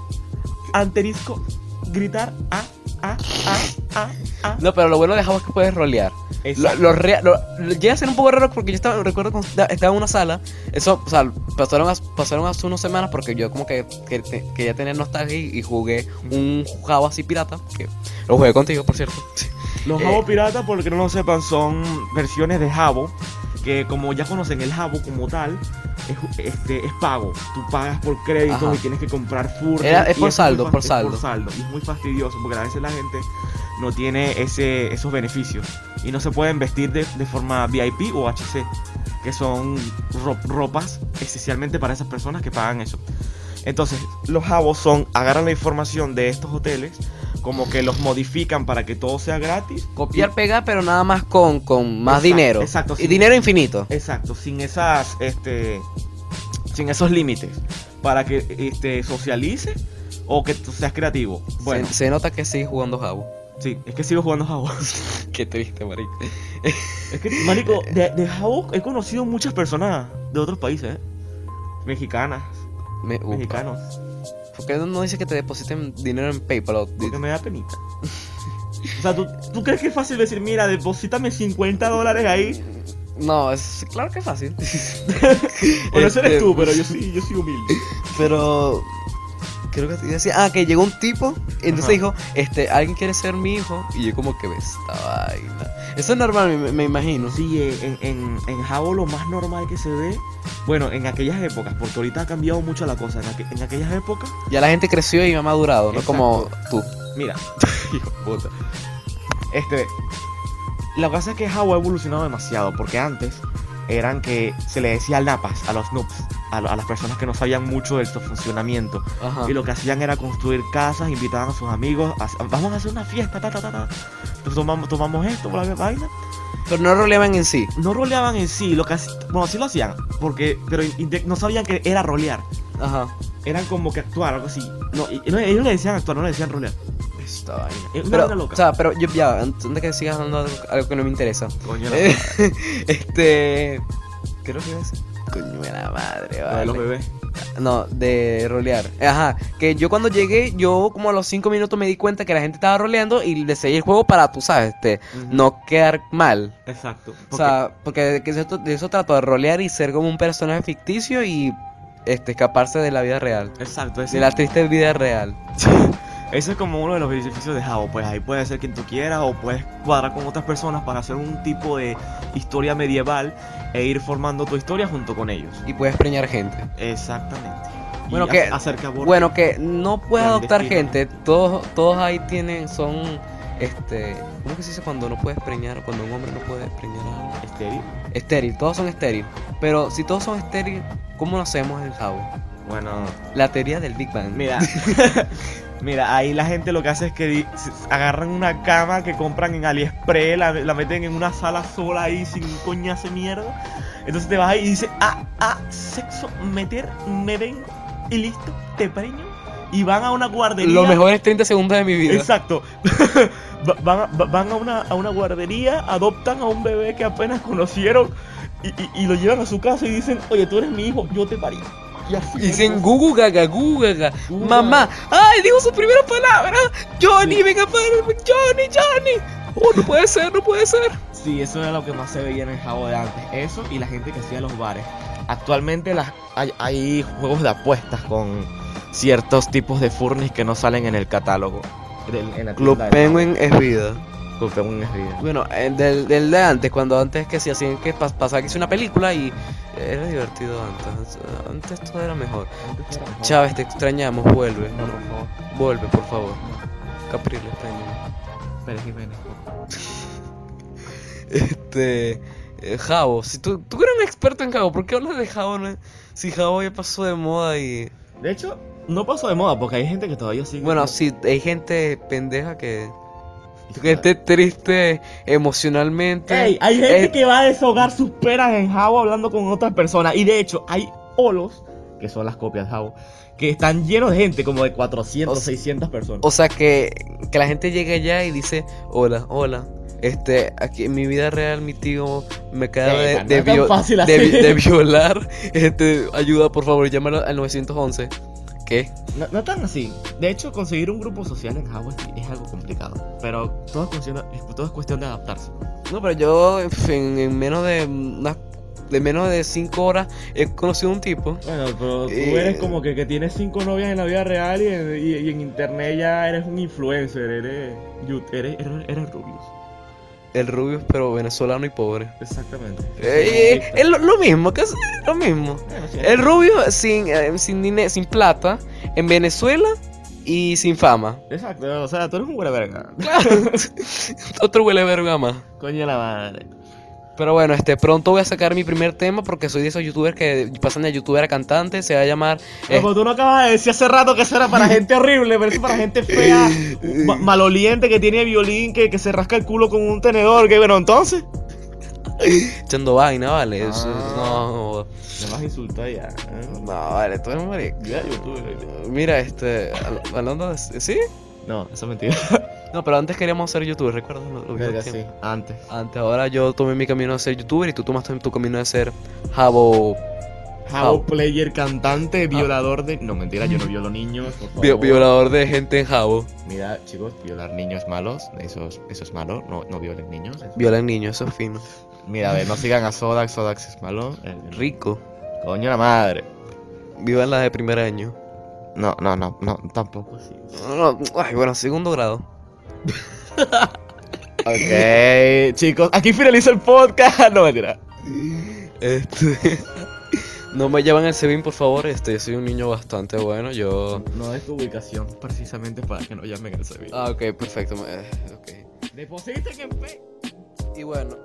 [SPEAKER 5] anterisco gritar ah, a a a a a.
[SPEAKER 2] No, pero lo bueno de Java es que puedes rolear. Lo,
[SPEAKER 5] Exacto.
[SPEAKER 2] lo rea- lo- lo- llega a ser un poco raro porque yo estaba, recuerdo cuando esta- estaba en una sala. Eso, o sea, pasaron, as- pasaron hace unas semanas porque yo como que, que te- quería tener nostalgia y, y jugué un Java así pirata. Que lo jugué contigo, por cierto.
[SPEAKER 5] Los
[SPEAKER 2] eh.
[SPEAKER 5] Jabo Pirata, porque no lo sepan, son versiones de Jabo que como ya conocen el Jabo como tal, es, este, es pago. Tú pagas por créditos
[SPEAKER 2] Ajá.
[SPEAKER 5] y tienes que comprar furros.
[SPEAKER 2] Era-
[SPEAKER 5] y
[SPEAKER 2] es por
[SPEAKER 5] muy
[SPEAKER 2] saldo,
[SPEAKER 5] fas-
[SPEAKER 2] por
[SPEAKER 5] es
[SPEAKER 2] saldo.
[SPEAKER 5] por saldo. Y es muy fastidioso porque a veces la gente no tiene ese, esos beneficios y no se pueden vestir de, de forma VIP o HC, que son ro- ropas esencialmente para esas personas que pagan eso. Entonces, los Javos son, agarran la información de estos hoteles, como que los modifican para que todo sea gratis.
[SPEAKER 2] Copiar, pegar, pero nada más con, con más
[SPEAKER 5] Exacto,
[SPEAKER 2] dinero.
[SPEAKER 5] exacto,
[SPEAKER 2] Y
[SPEAKER 5] sí.
[SPEAKER 2] dinero infinito.
[SPEAKER 5] Exacto, sin esas, este, sin esos límites, para que este socialice o que tú seas creativo. Bueno,
[SPEAKER 2] Se, se nota que sí jugando Java.
[SPEAKER 5] Sí, es que sigo jugando Havok.
[SPEAKER 2] *laughs* Qué triste, marico.
[SPEAKER 5] Es que, marico, de, de Havok he conocido muchas personas de otros países. ¿eh? Mexicanas,
[SPEAKER 2] Me, upa.
[SPEAKER 5] mexicanos.
[SPEAKER 2] ¿Por qué no dice que te depositen dinero en PayPal? O-
[SPEAKER 5] Porque me da penita. O sea, ¿tú, tú crees que es fácil decir, mira, deposítame 50 dólares ahí?
[SPEAKER 2] No, es claro que es *laughs* fácil.
[SPEAKER 5] Bueno, eso eres
[SPEAKER 2] Este,
[SPEAKER 5] tú, pero yo sí, yo soy humilde.
[SPEAKER 2] Pero creo que te decía, ah, que llegó un tipo y entonces
[SPEAKER 5] Ajá.
[SPEAKER 2] dijo, este, alguien quiere ser mi hijo y yo como que ve esta vaina. Eso es normal, me, me imagino.
[SPEAKER 5] Sí, eh, en, en, en Jabo lo más normal que se ve, bueno, en aquellas épocas, porque ahorita ha cambiado mucho la cosa, en, aqu- en aquellas épocas,
[SPEAKER 2] Ya la gente creció y ha madurado, no como tú.
[SPEAKER 5] mira, *laughs* hijo de puta. Este, la cosa es que Jabo ha evolucionado demasiado, porque antes eran que se le decía napas a los noobs, a, lo- a las personas que no sabían mucho de su funcionamiento,
[SPEAKER 2] Ajá.
[SPEAKER 5] y lo que hacían era construir casas, invitaban a sus amigos, a- vamos a hacer una fiesta, ta, ta, ta, ta. Entonces tomamos, tomamos esto, bla, bla, vaina,
[SPEAKER 2] Pero no roleaban en sí.
[SPEAKER 5] no roleaban en sí, lo que hac- bueno, sí lo hacían, porque pero in- inte- no sabían que era rolear.
[SPEAKER 2] Ajá.
[SPEAKER 5] Eran como que actuar, algo así. No, y- no, ellos le decían actuar, no le decían rolear.
[SPEAKER 2] Esta vaina.
[SPEAKER 5] Es una vaina
[SPEAKER 2] Pero,
[SPEAKER 5] loca.
[SPEAKER 2] o sea, pero yo ya, antes de que sigas dando algo, algo que no me interesa.
[SPEAKER 5] Coño,
[SPEAKER 2] Eh, *laughs* este. Creo que es. Coño de la madre,
[SPEAKER 5] la de los
[SPEAKER 2] vale.
[SPEAKER 5] bebés.
[SPEAKER 2] No, de rolear. Ajá, que yo cuando llegué, yo como a los 5 minutos me di cuenta que la gente estaba roleando y le seguí el juego para, tú sabes, este,
[SPEAKER 5] Ujú.
[SPEAKER 2] no quedar mal.
[SPEAKER 5] Exacto.
[SPEAKER 2] O
[SPEAKER 5] porque-
[SPEAKER 2] sea, porque de, que eso, de eso trato de rolear y ser como un personaje ficticio y este escaparse de la vida real.
[SPEAKER 5] exacto. Ese,
[SPEAKER 2] De la triste vida real.
[SPEAKER 5] ese es como uno de los beneficios de Jabo. Pues ahí puedes ser quien tú quieras o puedes cuadrar con otras personas para hacer un tipo de historia medieval e ir formando tu historia junto con ellos.
[SPEAKER 2] Y puedes preñar gente.
[SPEAKER 5] Exactamente. Y
[SPEAKER 2] Bueno,
[SPEAKER 5] ac-
[SPEAKER 2] que-
[SPEAKER 5] acerca aborto.
[SPEAKER 2] Bueno, que no puedes adoptar
[SPEAKER 5] Clandestino.
[SPEAKER 2] gente. Todos, todos ahí tienen, son, este, ¿cómo que se dice cuando no puedes preñar? Cuando un hombre no puede preñar a alguien.
[SPEAKER 5] Estéril.
[SPEAKER 2] Estéril, todos son estéril. Pero si todos son estéril, ¿cómo lo hacemos el jabo?
[SPEAKER 5] Bueno,
[SPEAKER 2] La teoría del Big Bang.
[SPEAKER 5] Mira, *laughs* mira, ahí la gente lo que hace es que di- se- agarran una cama que compran en AliExpress, la, la meten en una sala sola ahí sin un coñazo de mierda. Entonces te vas ahí y dices, ah, ah, sexo, meter, me vengo y listo, te preño. Y van a una guardería.
[SPEAKER 2] Lo mejor es 30 segundos de mi vida.
[SPEAKER 5] Exacto. *laughs* Va- van a, va- van a una, a una guardería, adoptan a un bebé que apenas conocieron y, y- y lo llevan a su casa y dicen, oye, tú eres mi hijo, yo te parí. Y así.
[SPEAKER 2] Y Dicen
[SPEAKER 5] es.
[SPEAKER 2] gugu gaga, gugu gaga.
[SPEAKER 5] Gugu
[SPEAKER 2] Mamá, ay, dijo su primera palabra. Johnny,
[SPEAKER 5] Sí.
[SPEAKER 2] venga para Johnny, Johnny. Oh, no puede ser, no puede ser.
[SPEAKER 5] Sí, eso era lo que más se veía en el jabo de antes. Eso y la gente que hacía los bares. Actualmente las, hay, hay juegos de apuestas con ciertos tipos de furnis que no salen en el catálogo. del- en la
[SPEAKER 2] Club
[SPEAKER 5] tienda del
[SPEAKER 2] Penguin es vida.
[SPEAKER 5] jabo. Club Penguin es vida.
[SPEAKER 2] Bueno, eh, del, del de antes, cuando antes que se hacían que pas- pasaba que hice una película y era divertido antes. Antes todo era mejor. Chávez, te extrañamos, vuelve.
[SPEAKER 5] No, por favor.
[SPEAKER 2] Vuelve, por favor. Capriles, extraño.
[SPEAKER 5] Pérez Jiménez, por favor.
[SPEAKER 2] *laughs* Este. eh, Jabo, si tú, tú eres un experto en Jabo, ¿por qué hablas de Jabo? no? Si Jabo ya pasó de moda y.
[SPEAKER 5] De hecho, no pasó de moda porque hay gente que todavía sigue.
[SPEAKER 2] Bueno, sí, hay gente pendeja que. Gente triste emocionalmente.
[SPEAKER 5] Ey, hay gente
[SPEAKER 2] Eh,
[SPEAKER 5] que va a deshogar sus penas en Jabo hablando con otras personas. Y de hecho, hay olos, que son las copias de Jabo, que están llenos de gente, como de 400,
[SPEAKER 2] O sea-
[SPEAKER 5] 600 personas.
[SPEAKER 2] O sea que, que la gente llega allá y dice, hola, hola. Este, aquí en mi vida real mi tío me acaba
[SPEAKER 5] Venga,
[SPEAKER 2] de,
[SPEAKER 5] no
[SPEAKER 2] de
[SPEAKER 5] es tan
[SPEAKER 2] vio-
[SPEAKER 5] fácil
[SPEAKER 2] de vi-
[SPEAKER 5] así.
[SPEAKER 2] de violar. Este, ayuda, por favor, llámalo al 911. ¿Qué?
[SPEAKER 5] No, no tan así. De hecho, conseguir un grupo social en Jabo es, es algo complicado. Pero todo es, cuestión de, todo es cuestión de adaptarse.
[SPEAKER 2] No, pero yo en, fin, en menos de unas- de menos de 5 horas he conocido un tipo.
[SPEAKER 5] Bueno, pero tú
[SPEAKER 2] Eh.
[SPEAKER 5] eres como que, que tienes cinco novias en la vida real y en, y- y en internet ya eres un influencer, eres, you- eres, eres, eres Rubius.
[SPEAKER 2] El rubio, pero venezolano y pobre.
[SPEAKER 5] Exactamente.
[SPEAKER 2] Eh, eh, es lo, lo mismo, casi lo mismo.
[SPEAKER 5] Bueno, sí,
[SPEAKER 2] El rubio sin, eh, sin, dine- sin plata, en Venezuela y sin fama.
[SPEAKER 5] Exacto, o sea, tú eres un buena verga.
[SPEAKER 2] Claro. Otro huele verga más.
[SPEAKER 5] Coño de la madre.
[SPEAKER 2] Pero bueno, este pronto voy a sacar mi primer tema porque soy de esos youtubers que pasan de youtuber a cantante. Se va a llamar. eh,
[SPEAKER 5] Como tú no acabas de decir hace rato que eso era para gente horrible, pero eso es para
[SPEAKER 2] *laughs*
[SPEAKER 5] gente fea,
[SPEAKER 2] Eh,
[SPEAKER 5] ma- maloliente, que tiene violín, que, que se rasca el culo con un tenedor, que bueno, entonces.
[SPEAKER 2] echando vaina, vale. Eso-
[SPEAKER 5] Ah. Me vas a insultar ya. ¿eh?
[SPEAKER 2] no, no, vale, tú eres un marico.
[SPEAKER 5] Ya, YouTube.
[SPEAKER 2] Mira, este. al- Hablando de. ¿Sí?
[SPEAKER 5] *laughs* No, eso es mentira.
[SPEAKER 2] No, No, pero antes queríamos ser youtubers, ¿recuerdas? Lo- lo que
[SPEAKER 5] Verga,
[SPEAKER 2] hicimos?
[SPEAKER 5] sí, antes.
[SPEAKER 2] Antes, ahora yo tomé mi camino de ser youtuber y tú tomaste tu camino de ser jabo...
[SPEAKER 5] How
[SPEAKER 2] How.
[SPEAKER 5] player, cantante, violador de. No, mentira, *laughs* yo no violo niños. Por favor.
[SPEAKER 2] vi- violador de gente en jabo.
[SPEAKER 5] Mira, chicos, violar niños malos. Eso es, eso es malo. No, no violen niños. eso-
[SPEAKER 2] Violan niños, eso es fino.
[SPEAKER 5] Mira, a ver, no sigan a Sodax. Sodax es malo. El-
[SPEAKER 2] Rico.
[SPEAKER 5] Coño, la madre.
[SPEAKER 2] Vivan las de primer año.
[SPEAKER 5] No, no, no, no, tampoco. Pues sí.
[SPEAKER 2] No, no, ay, bueno, segundo grado.
[SPEAKER 5] Ok, chicos, aquí finaliza el podcast. *laughs* No, mentira.
[SPEAKER 2] Este. *laughs* No me llevan el Sebin, por favor. Este, yo soy un niño bastante bueno. Yo.
[SPEAKER 5] No es tu ubicación precisamente para que no llamen al servicio.
[SPEAKER 2] Ah, ok, perfecto. me- eh, ok.
[SPEAKER 5] Ah. Depositen en P.
[SPEAKER 2] Y bueno.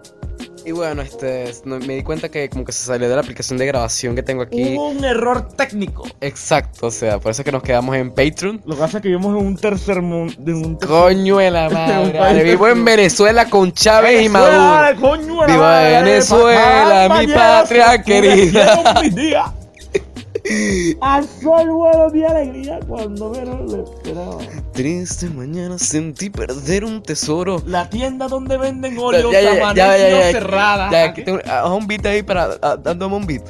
[SPEAKER 2] Y bueno, este. es- no- Me di cuenta que como que se salió de la aplicación de grabación que tengo aquí.
[SPEAKER 1] Hubo un error técnico.
[SPEAKER 2] Exacto, o sea, por eso es que nos quedamos en *laughs* Patreon.
[SPEAKER 1] Lo que pasa es que vivimos en un tercer mundo. En un
[SPEAKER 2] Coño de *laughs* la madre. vale, vivo en Venezuela con Chávez y Maduro.
[SPEAKER 1] Venezuela, coño, la
[SPEAKER 2] Viva
[SPEAKER 1] madre,
[SPEAKER 2] Venezuela,
[SPEAKER 1] papá,
[SPEAKER 2] mi
[SPEAKER 1] mañana
[SPEAKER 2] patria
[SPEAKER 1] se
[SPEAKER 2] querida.
[SPEAKER 1] oscurecieron mis días.
[SPEAKER 2] *laughs*
[SPEAKER 1] Al sol vuelo mi alegría cuando menos lo esperaba.
[SPEAKER 2] Triste mañana sentí perder un tesoro.
[SPEAKER 1] La tienda donde venden Oreo
[SPEAKER 2] ya, ya, ya, ya, ya, ya,
[SPEAKER 1] cerrada.
[SPEAKER 2] ya, aquí tengo- ah, haz un beat ahí para. ah, Dándome un *coughs* beat.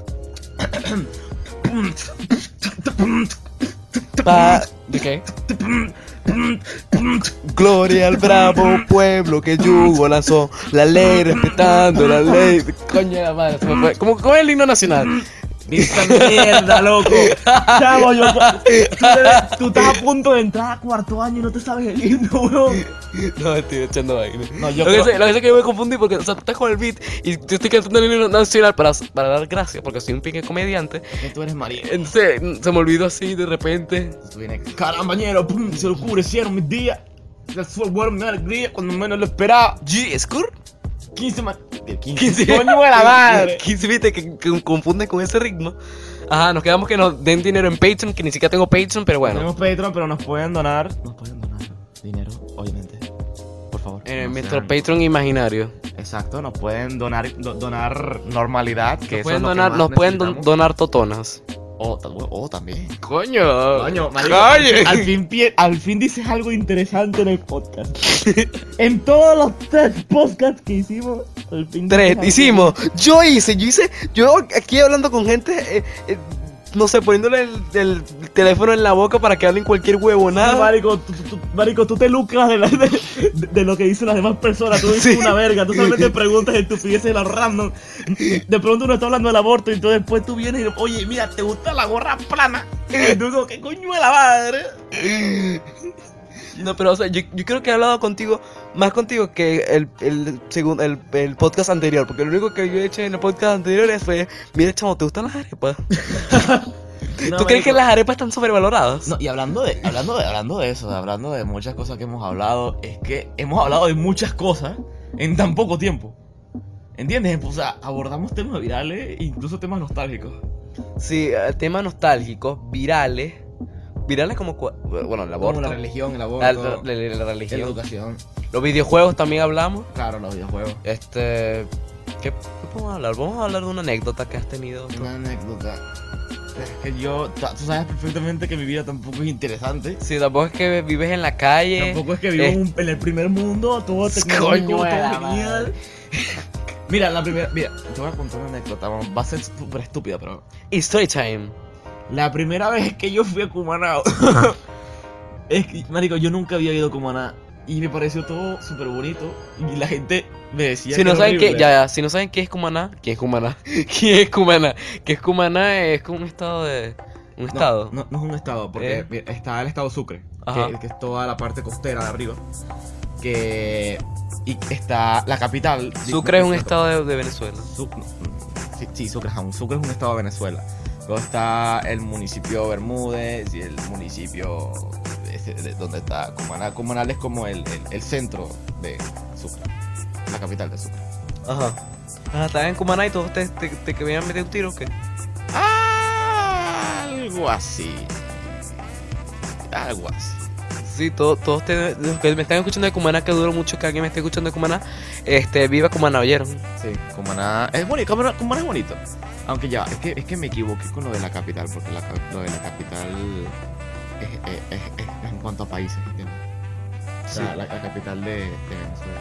[SPEAKER 2] Pa- Gloria al bravo pueblo que yugo lanzó la ley respetando la ley. Coño de la madre, se me fue. Como, como el himno nacional.
[SPEAKER 1] Esta mierda, loco.
[SPEAKER 2] *laughs*
[SPEAKER 1] Chavo, yo. Tú, eres- tú estás a punto de entrar a cuarto año y no te sabes el himno, weón.
[SPEAKER 2] No, estoy echando vaina.
[SPEAKER 1] No, yo
[SPEAKER 2] lo,
[SPEAKER 1] creo-
[SPEAKER 2] que sé, lo que sé que yo me confundí porque, o sea, tú estás con el beat y yo estoy cantando el himno nacional para, para dar gracias porque soy un pinche comediante.
[SPEAKER 5] Que tú eres María.
[SPEAKER 2] Entonces se me olvidó así de repente.
[SPEAKER 5] Tú vienes-
[SPEAKER 1] Carambañero, pum, se oscurecieron mis días. Al sol vuelo mi alegría cuando menos lo esperaba.
[SPEAKER 2] G, Skur. *laughs*
[SPEAKER 1] 15 más.
[SPEAKER 5] de 15. *laughs*
[SPEAKER 2] 15
[SPEAKER 1] Coño de la madre.
[SPEAKER 2] 15 viste que, que confunden con ese ritmo. Ajá, nos quedamos que nos den dinero en Patreon, que ni siquiera tengo Patreon, pero bueno.
[SPEAKER 1] Tenemos Patreon, pero nos pueden donar.
[SPEAKER 5] Nos pueden donar dinero, obviamente. Por favor.
[SPEAKER 2] En
[SPEAKER 5] no
[SPEAKER 2] Eh, nuestro
[SPEAKER 5] sean-
[SPEAKER 2] Patreon imaginario.
[SPEAKER 5] Exacto, nos pueden donar, do- donar normalidad.
[SPEAKER 2] Nos
[SPEAKER 5] Que eso
[SPEAKER 2] pueden
[SPEAKER 5] es lo que
[SPEAKER 2] donar,
[SPEAKER 5] más
[SPEAKER 2] nos pueden don-
[SPEAKER 5] necesitamos.
[SPEAKER 2] donar totonas.
[SPEAKER 5] O tal- o oh, también.
[SPEAKER 2] Coño.
[SPEAKER 5] Coño, marico,
[SPEAKER 1] *laughs*
[SPEAKER 2] Coño.
[SPEAKER 1] Al fin, pie- al fin dices algo interesante en el
[SPEAKER 5] *laughs*
[SPEAKER 1] podcast. en todos los tres podcasts que hicimos, al fin.
[SPEAKER 2] Tres,
[SPEAKER 1] dices algo.
[SPEAKER 2] hicimos. Yo hice, yo hice, yo aquí hablando con gente, eh, eh, no sé, poniéndole el, el teléfono en la boca para que hablen cualquier
[SPEAKER 1] Ah,
[SPEAKER 2] huevonada.
[SPEAKER 1] Marico, tú, tú- tú- marico, tú te lucras de, la- de- de lo que dicen las demás personas. Tú dices
[SPEAKER 2] Sí.
[SPEAKER 1] una verga. Tú solamente preguntas estupideces de la random. De pronto uno está hablando del aborto y tú después tú vienes y oye, mira, ¿te gusta la gorra plana? Y tú dices, ¿qué coño de la madre?
[SPEAKER 2] No, pero o sea, yo, yo creo que he hablado contigo, más contigo que el, el, segun- el, el podcast anterior, porque lo único que yo he hecho en el podcast anterior es fue, mira chamo, ¿te gustan las arepas? ¿Tú crees que las arepas están sobrevaloradas?
[SPEAKER 5] No, y hablando de, hablando de, hablando de eso, hablando de muchas cosas que hemos hablado, es que hemos hablado de muchas cosas en tan poco tiempo. ¿Entiendes? O sea, abordamos temas virales e incluso temas nostálgicos.
[SPEAKER 2] Sí, eh, temas nostálgicos, virales, virales como, cua- bueno, el aborto,
[SPEAKER 5] Como la religión, el aborto,
[SPEAKER 2] la, la- la- la- la
[SPEAKER 5] la
[SPEAKER 2] religión,
[SPEAKER 5] educación,
[SPEAKER 2] los videojuegos también hablamos,
[SPEAKER 5] claro, los videojuegos.
[SPEAKER 2] este, ¿qué, qué podemos hablar? Vamos a hablar de una anécdota que has tenido. tú.
[SPEAKER 1] *laughs*
[SPEAKER 5] Una anécdota. Es que yo, ta- tú sabes perfectamente que mi vida tampoco es interesante.
[SPEAKER 2] Sí, tampoco es que vives en la calle.
[SPEAKER 1] Tampoco es que vivo
[SPEAKER 2] eh.
[SPEAKER 1] en un- en el primer mundo,
[SPEAKER 2] *laughs*
[SPEAKER 1] todo
[SPEAKER 2] Coño
[SPEAKER 1] tecnológico, todo
[SPEAKER 2] de la
[SPEAKER 1] *laughs* genial.
[SPEAKER 5] Mira, la primera, mira, te voy a contar una anécdota, vamos, va a ser súper estúpida, pero...
[SPEAKER 2] Y story time.
[SPEAKER 1] La primera vez que yo fui a Cumaná, *laughs* es que, marico, yo nunca había ido a Cumaná y me pareció todo súper bonito y la gente me decía
[SPEAKER 2] Si no
[SPEAKER 1] era
[SPEAKER 2] saben qué,
[SPEAKER 1] horrible.
[SPEAKER 2] ya, ya, si no saben qué es Cumaná, ¿qué es Cumaná? *laughs* ¿Qué es Cumaná? ¿Qué es Cumaná? Es como un estado de. Un
[SPEAKER 5] No,
[SPEAKER 2] estado.
[SPEAKER 5] No, no es un estado, porque
[SPEAKER 2] Eh.
[SPEAKER 5] mira, está el estado Sucre,
[SPEAKER 2] Ajá.
[SPEAKER 5] que, que es toda la parte costera de arriba. Que. Y está la capital.
[SPEAKER 2] Sucre es un
[SPEAKER 5] disculpa,
[SPEAKER 2] estado de, de Venezuela.
[SPEAKER 5] Su- no, mm, sí, sí, Sucre, ajá, un- Sucre es un estado de Venezuela. Luego está el municipio Bermúdez y el municipio ese de- donde está Cumaná. Cumaná es como el, el- el centro de Sucre, la capital de Sucre.
[SPEAKER 2] Ajá. Ah, estaban en Cumaná y todos te, te, te querían meter un tiro o qué?
[SPEAKER 5] Algo así. Algo así.
[SPEAKER 2] Sí, todos, todos te- los que me están escuchando de Cumaná, que duro mucho que alguien me esté escuchando de Cumaná, este, viva Cumaná, ¿oyeron?
[SPEAKER 5] Sí, Cumaná es bonito, Cumaná, Cumaná es bonito. Aunque ya, es que, es que me equivoqué con lo de la capital, porque la, ca- lo de la capital es, es- es- es en cuanto a países, ¿entiendes?
[SPEAKER 1] la, la- la capital de, de Venezuela.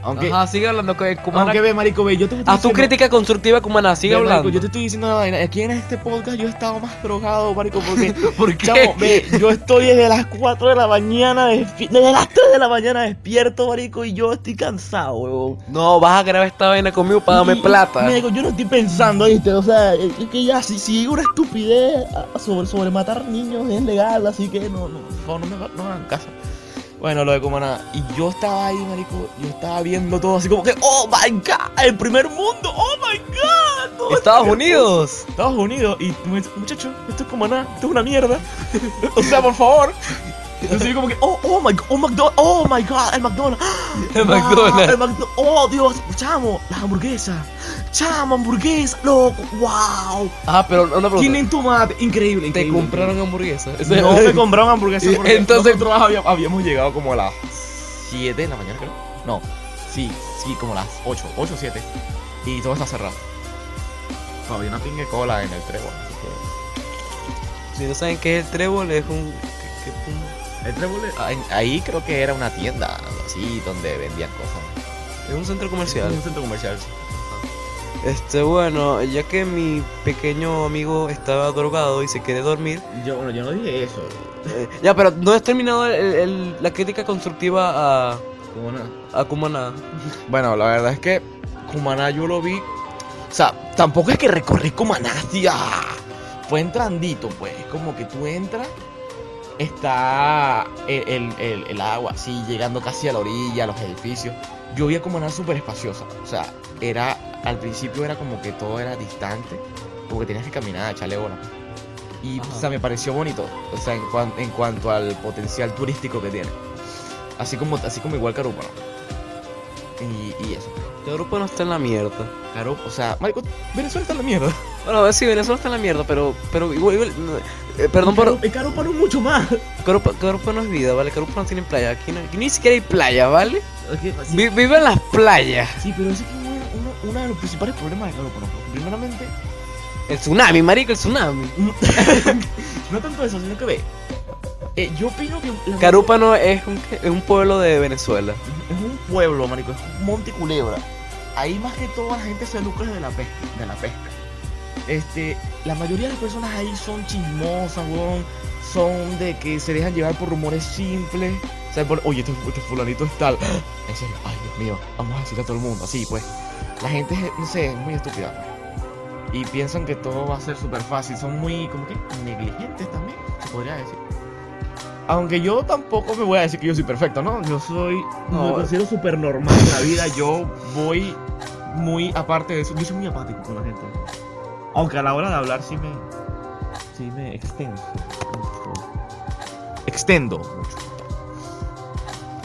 [SPEAKER 1] Aunque,
[SPEAKER 2] Ajá, sigue hablando con Kumana.
[SPEAKER 1] aunque ve, marico, ve, yo te estoy
[SPEAKER 2] Haz tu
[SPEAKER 1] diciendo-
[SPEAKER 2] crítica constructiva, Kumana, sigue
[SPEAKER 1] Ve, marico,
[SPEAKER 2] hablando.
[SPEAKER 1] yo te estoy diciendo una vaina. Aquí en este podcast yo he estado más drogado,
[SPEAKER 2] *laughs*
[SPEAKER 1] marico, porque
[SPEAKER 2] ¿Por qué?
[SPEAKER 1] Chamo, ve, yo estoy desde las 4 de la mañana, despi- desde las 3 de la mañana despierto, marico, y yo estoy cansado, huevón.
[SPEAKER 2] No, vas a grabar esta vaina conmigo para darme
[SPEAKER 1] Y-
[SPEAKER 2] plata.
[SPEAKER 1] Marico, yo no estoy pensando, ¿viste? O sea, es que ya, si, si una estupidez a- sobre, sobre matar niños es legal, así que no, no, por favor, no me ha- no me hagan caso. Bueno, lo de como nada. Y yo estaba ahí, marico, yo estaba viendo todo así como que, oh my god, el primer mundo, oh my god, todo
[SPEAKER 2] Estados
[SPEAKER 1] está-
[SPEAKER 2] Unidos.
[SPEAKER 1] Estados Unidos y tú me dices, muchacho, esto es como nada, esto es una mierda. o sea, por favor. Entonces yo como que, oh, oh my god, oh McDonald's, oh my god, el McDonald's.
[SPEAKER 2] *laughs* El
[SPEAKER 1] Wow,
[SPEAKER 2] McDonald's.
[SPEAKER 1] el McDo- oh Dios, chamo, las hamburguesas. Chamo, hamburguesas, loco, wow.
[SPEAKER 2] Ah, pero una pregunta.
[SPEAKER 1] Tienen tomate, increíble,
[SPEAKER 2] ¿Te
[SPEAKER 1] increíble.
[SPEAKER 2] compraron hamburguesa? Ese-
[SPEAKER 1] No
[SPEAKER 2] *laughs*
[SPEAKER 1] me compraron hamburguesas porque
[SPEAKER 2] Entonces-
[SPEAKER 1] nosotros había- habíamos llegado como a las 7 de la mañana, creo. No, sí, sí, como a las 8, 8 o 7. Y todo está cerrado. Wow, Había una pingue cola en el trébol, así que...
[SPEAKER 2] Si no saben qué es el trébol, es un... ¿qué- qué pum-
[SPEAKER 1] El trébol es- ahí- ahí creo que era una tienda, algo así, donde vendían cosas.
[SPEAKER 2] Es un centro comercial.
[SPEAKER 1] Un centro comercial.
[SPEAKER 2] Este, bueno, ya que mi pequeño amigo estaba drogado y se quiere dormir.
[SPEAKER 1] Yo, bueno, yo no dije eso.
[SPEAKER 2] eh, ya, pero no has terminado el- el- la crítica constructiva a,
[SPEAKER 1] Como nada.
[SPEAKER 2] a Kumana.
[SPEAKER 1] Bueno, la verdad es que Cumaná yo lo vi. O sea, tampoco es que recorrí Cumaná así. ¡ah! Fue entrandito, pues. Es como que tú entras, está el, el- el- el agua así, llegando casi a la orilla, los edificios. Yo vi a Cumaná súper espaciosa. O sea, era. Al principio era como que todo era distante, como que tenías que caminar, echarle horas. Y,
[SPEAKER 2] Ajá.
[SPEAKER 1] o sea, me pareció bonito. O sea, en, cuan- en cuanto al potencial turístico que tiene. Así como, así como igual Carúpano. Y, y eso.
[SPEAKER 2] Este grupo no está en la mierda.
[SPEAKER 1] Claro, o sea, marico, Venezuela está en la mierda.
[SPEAKER 2] Bueno, sí, Venezuela está en la mierda, pero, pero igual, igual, no, eh, perdón por...
[SPEAKER 1] Es caro para mucho más.
[SPEAKER 2] Carupa, Carupa no es vida, ¿vale? Carupa no tiene playa. Aquí, no- aquí ni siquiera hay playa, ¿vale?
[SPEAKER 1] pues
[SPEAKER 2] Vi- vive en las playas.
[SPEAKER 1] Sí, pero ese es uno, uno- uno de los principales problemas de Caro Primeramente,
[SPEAKER 2] El tsunami, marico, el tsunami.
[SPEAKER 1] *laughs* no tanto eso, sino que ve. eh, yo opino que. la-
[SPEAKER 2] Carúpano es un, es un pueblo de Venezuela.
[SPEAKER 1] Es un pueblo, marico, es un monte y culebra. Ahí más que todo la gente se lucra de la pesca, de la pesca. Este, la mayoría de las personas ahí son chismosas, weón. Son de que se dejan llevar por rumores simples. O sea, por, oye, este, este fulanito es tal. *gasps* En serio, ay Dios mío, vamos a decirle a todo el mundo. Así pues. La gente, es, no sé, es muy estúpida. pues. Y piensan que todo va a ser súper fácil. Son muy, como que, negligentes también, se podría decir. Aunque yo tampoco me voy a decir que yo soy perfecto, ¿no? Yo soy.
[SPEAKER 2] No.
[SPEAKER 1] Me considero súper normal en la vida. Yo voy muy aparte de eso. Yo soy muy apático con la gente. Aunque a la hora de hablar sí me. Sí me extenso. Extendo.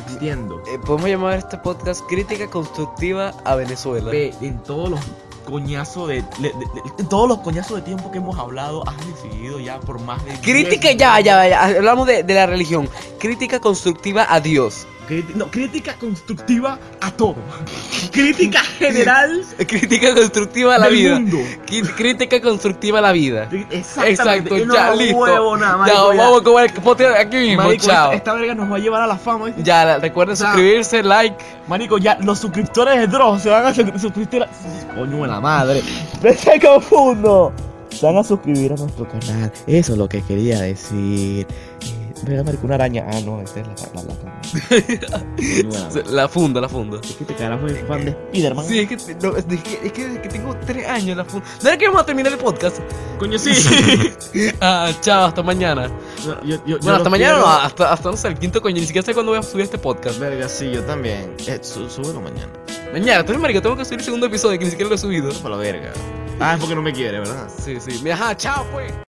[SPEAKER 1] Extiendo.
[SPEAKER 2] Eh, podemos llamar este podcast Crítica Constructiva a Venezuela.
[SPEAKER 1] Ve, en todos los coñazos de, le- de- de- En todos los coñazos de tiempo que hemos hablado, has decidido ya por más de. 10
[SPEAKER 2] Crítica, ya, ya, ya, hablamos de, de la religión. Crítica constructiva a Dios. *laughs*
[SPEAKER 1] Criti- no, crítica constructiva a todo. *laughs* crítica general
[SPEAKER 2] Crítica constructiva a la
[SPEAKER 1] del
[SPEAKER 2] vida.
[SPEAKER 1] mundo.
[SPEAKER 2] Qui- Crítica constructiva a la vida.
[SPEAKER 1] Exactamente.
[SPEAKER 2] Exacto,
[SPEAKER 1] Yo no
[SPEAKER 2] ya,
[SPEAKER 1] hago
[SPEAKER 2] listo.
[SPEAKER 1] huevo nada,
[SPEAKER 2] ya,
[SPEAKER 1] marico, ya.
[SPEAKER 2] vamos a comer el podcast aquí mismo,
[SPEAKER 1] Marico, este-
[SPEAKER 2] chao.
[SPEAKER 1] esta, esta verga nos va a llevar a la fama. ¿viste?
[SPEAKER 2] Ya, la- recuerden
[SPEAKER 1] Ya.
[SPEAKER 2] suscribirse, like.
[SPEAKER 1] Marico, ya los suscriptores de Dross se van a su- suscribir. a- Coño de la madre. ¡Me se confundo! Se van a suscribir a nuestro canal. Eso es lo que quería decir. Eh, Verga, marico, una araña. Ah, no, esta es la la, la, Coño de la madre.
[SPEAKER 2] La funda, la funda.
[SPEAKER 1] Es que te caerás muy fan de Spiderman.
[SPEAKER 2] Sí, es que, te- no, es que, es que desde que tengo tres años en la funda. ¿No era que vamos a terminar el podcast?
[SPEAKER 1] coño, sí.
[SPEAKER 2] *laughs* Ah, chao, hasta mañana.
[SPEAKER 1] Yo- yo- yo
[SPEAKER 2] Bueno, hasta
[SPEAKER 1] los
[SPEAKER 2] mañana
[SPEAKER 1] quiero.
[SPEAKER 2] no, hasta, hasta no sé, el quinto coño, ni siquiera sé cuándo voy a subir este podcast.
[SPEAKER 1] Verga, sí, yo también. Eh, su- súbelo mañana.
[SPEAKER 2] Mañana, tú eres marico, tengo que subir el segundo episodio que ni siquiera lo he subido.
[SPEAKER 1] Para la verga. Ah, es porque no me quiere, ¿verdad?
[SPEAKER 2] Sí, sí, mira, ajá, chao pues.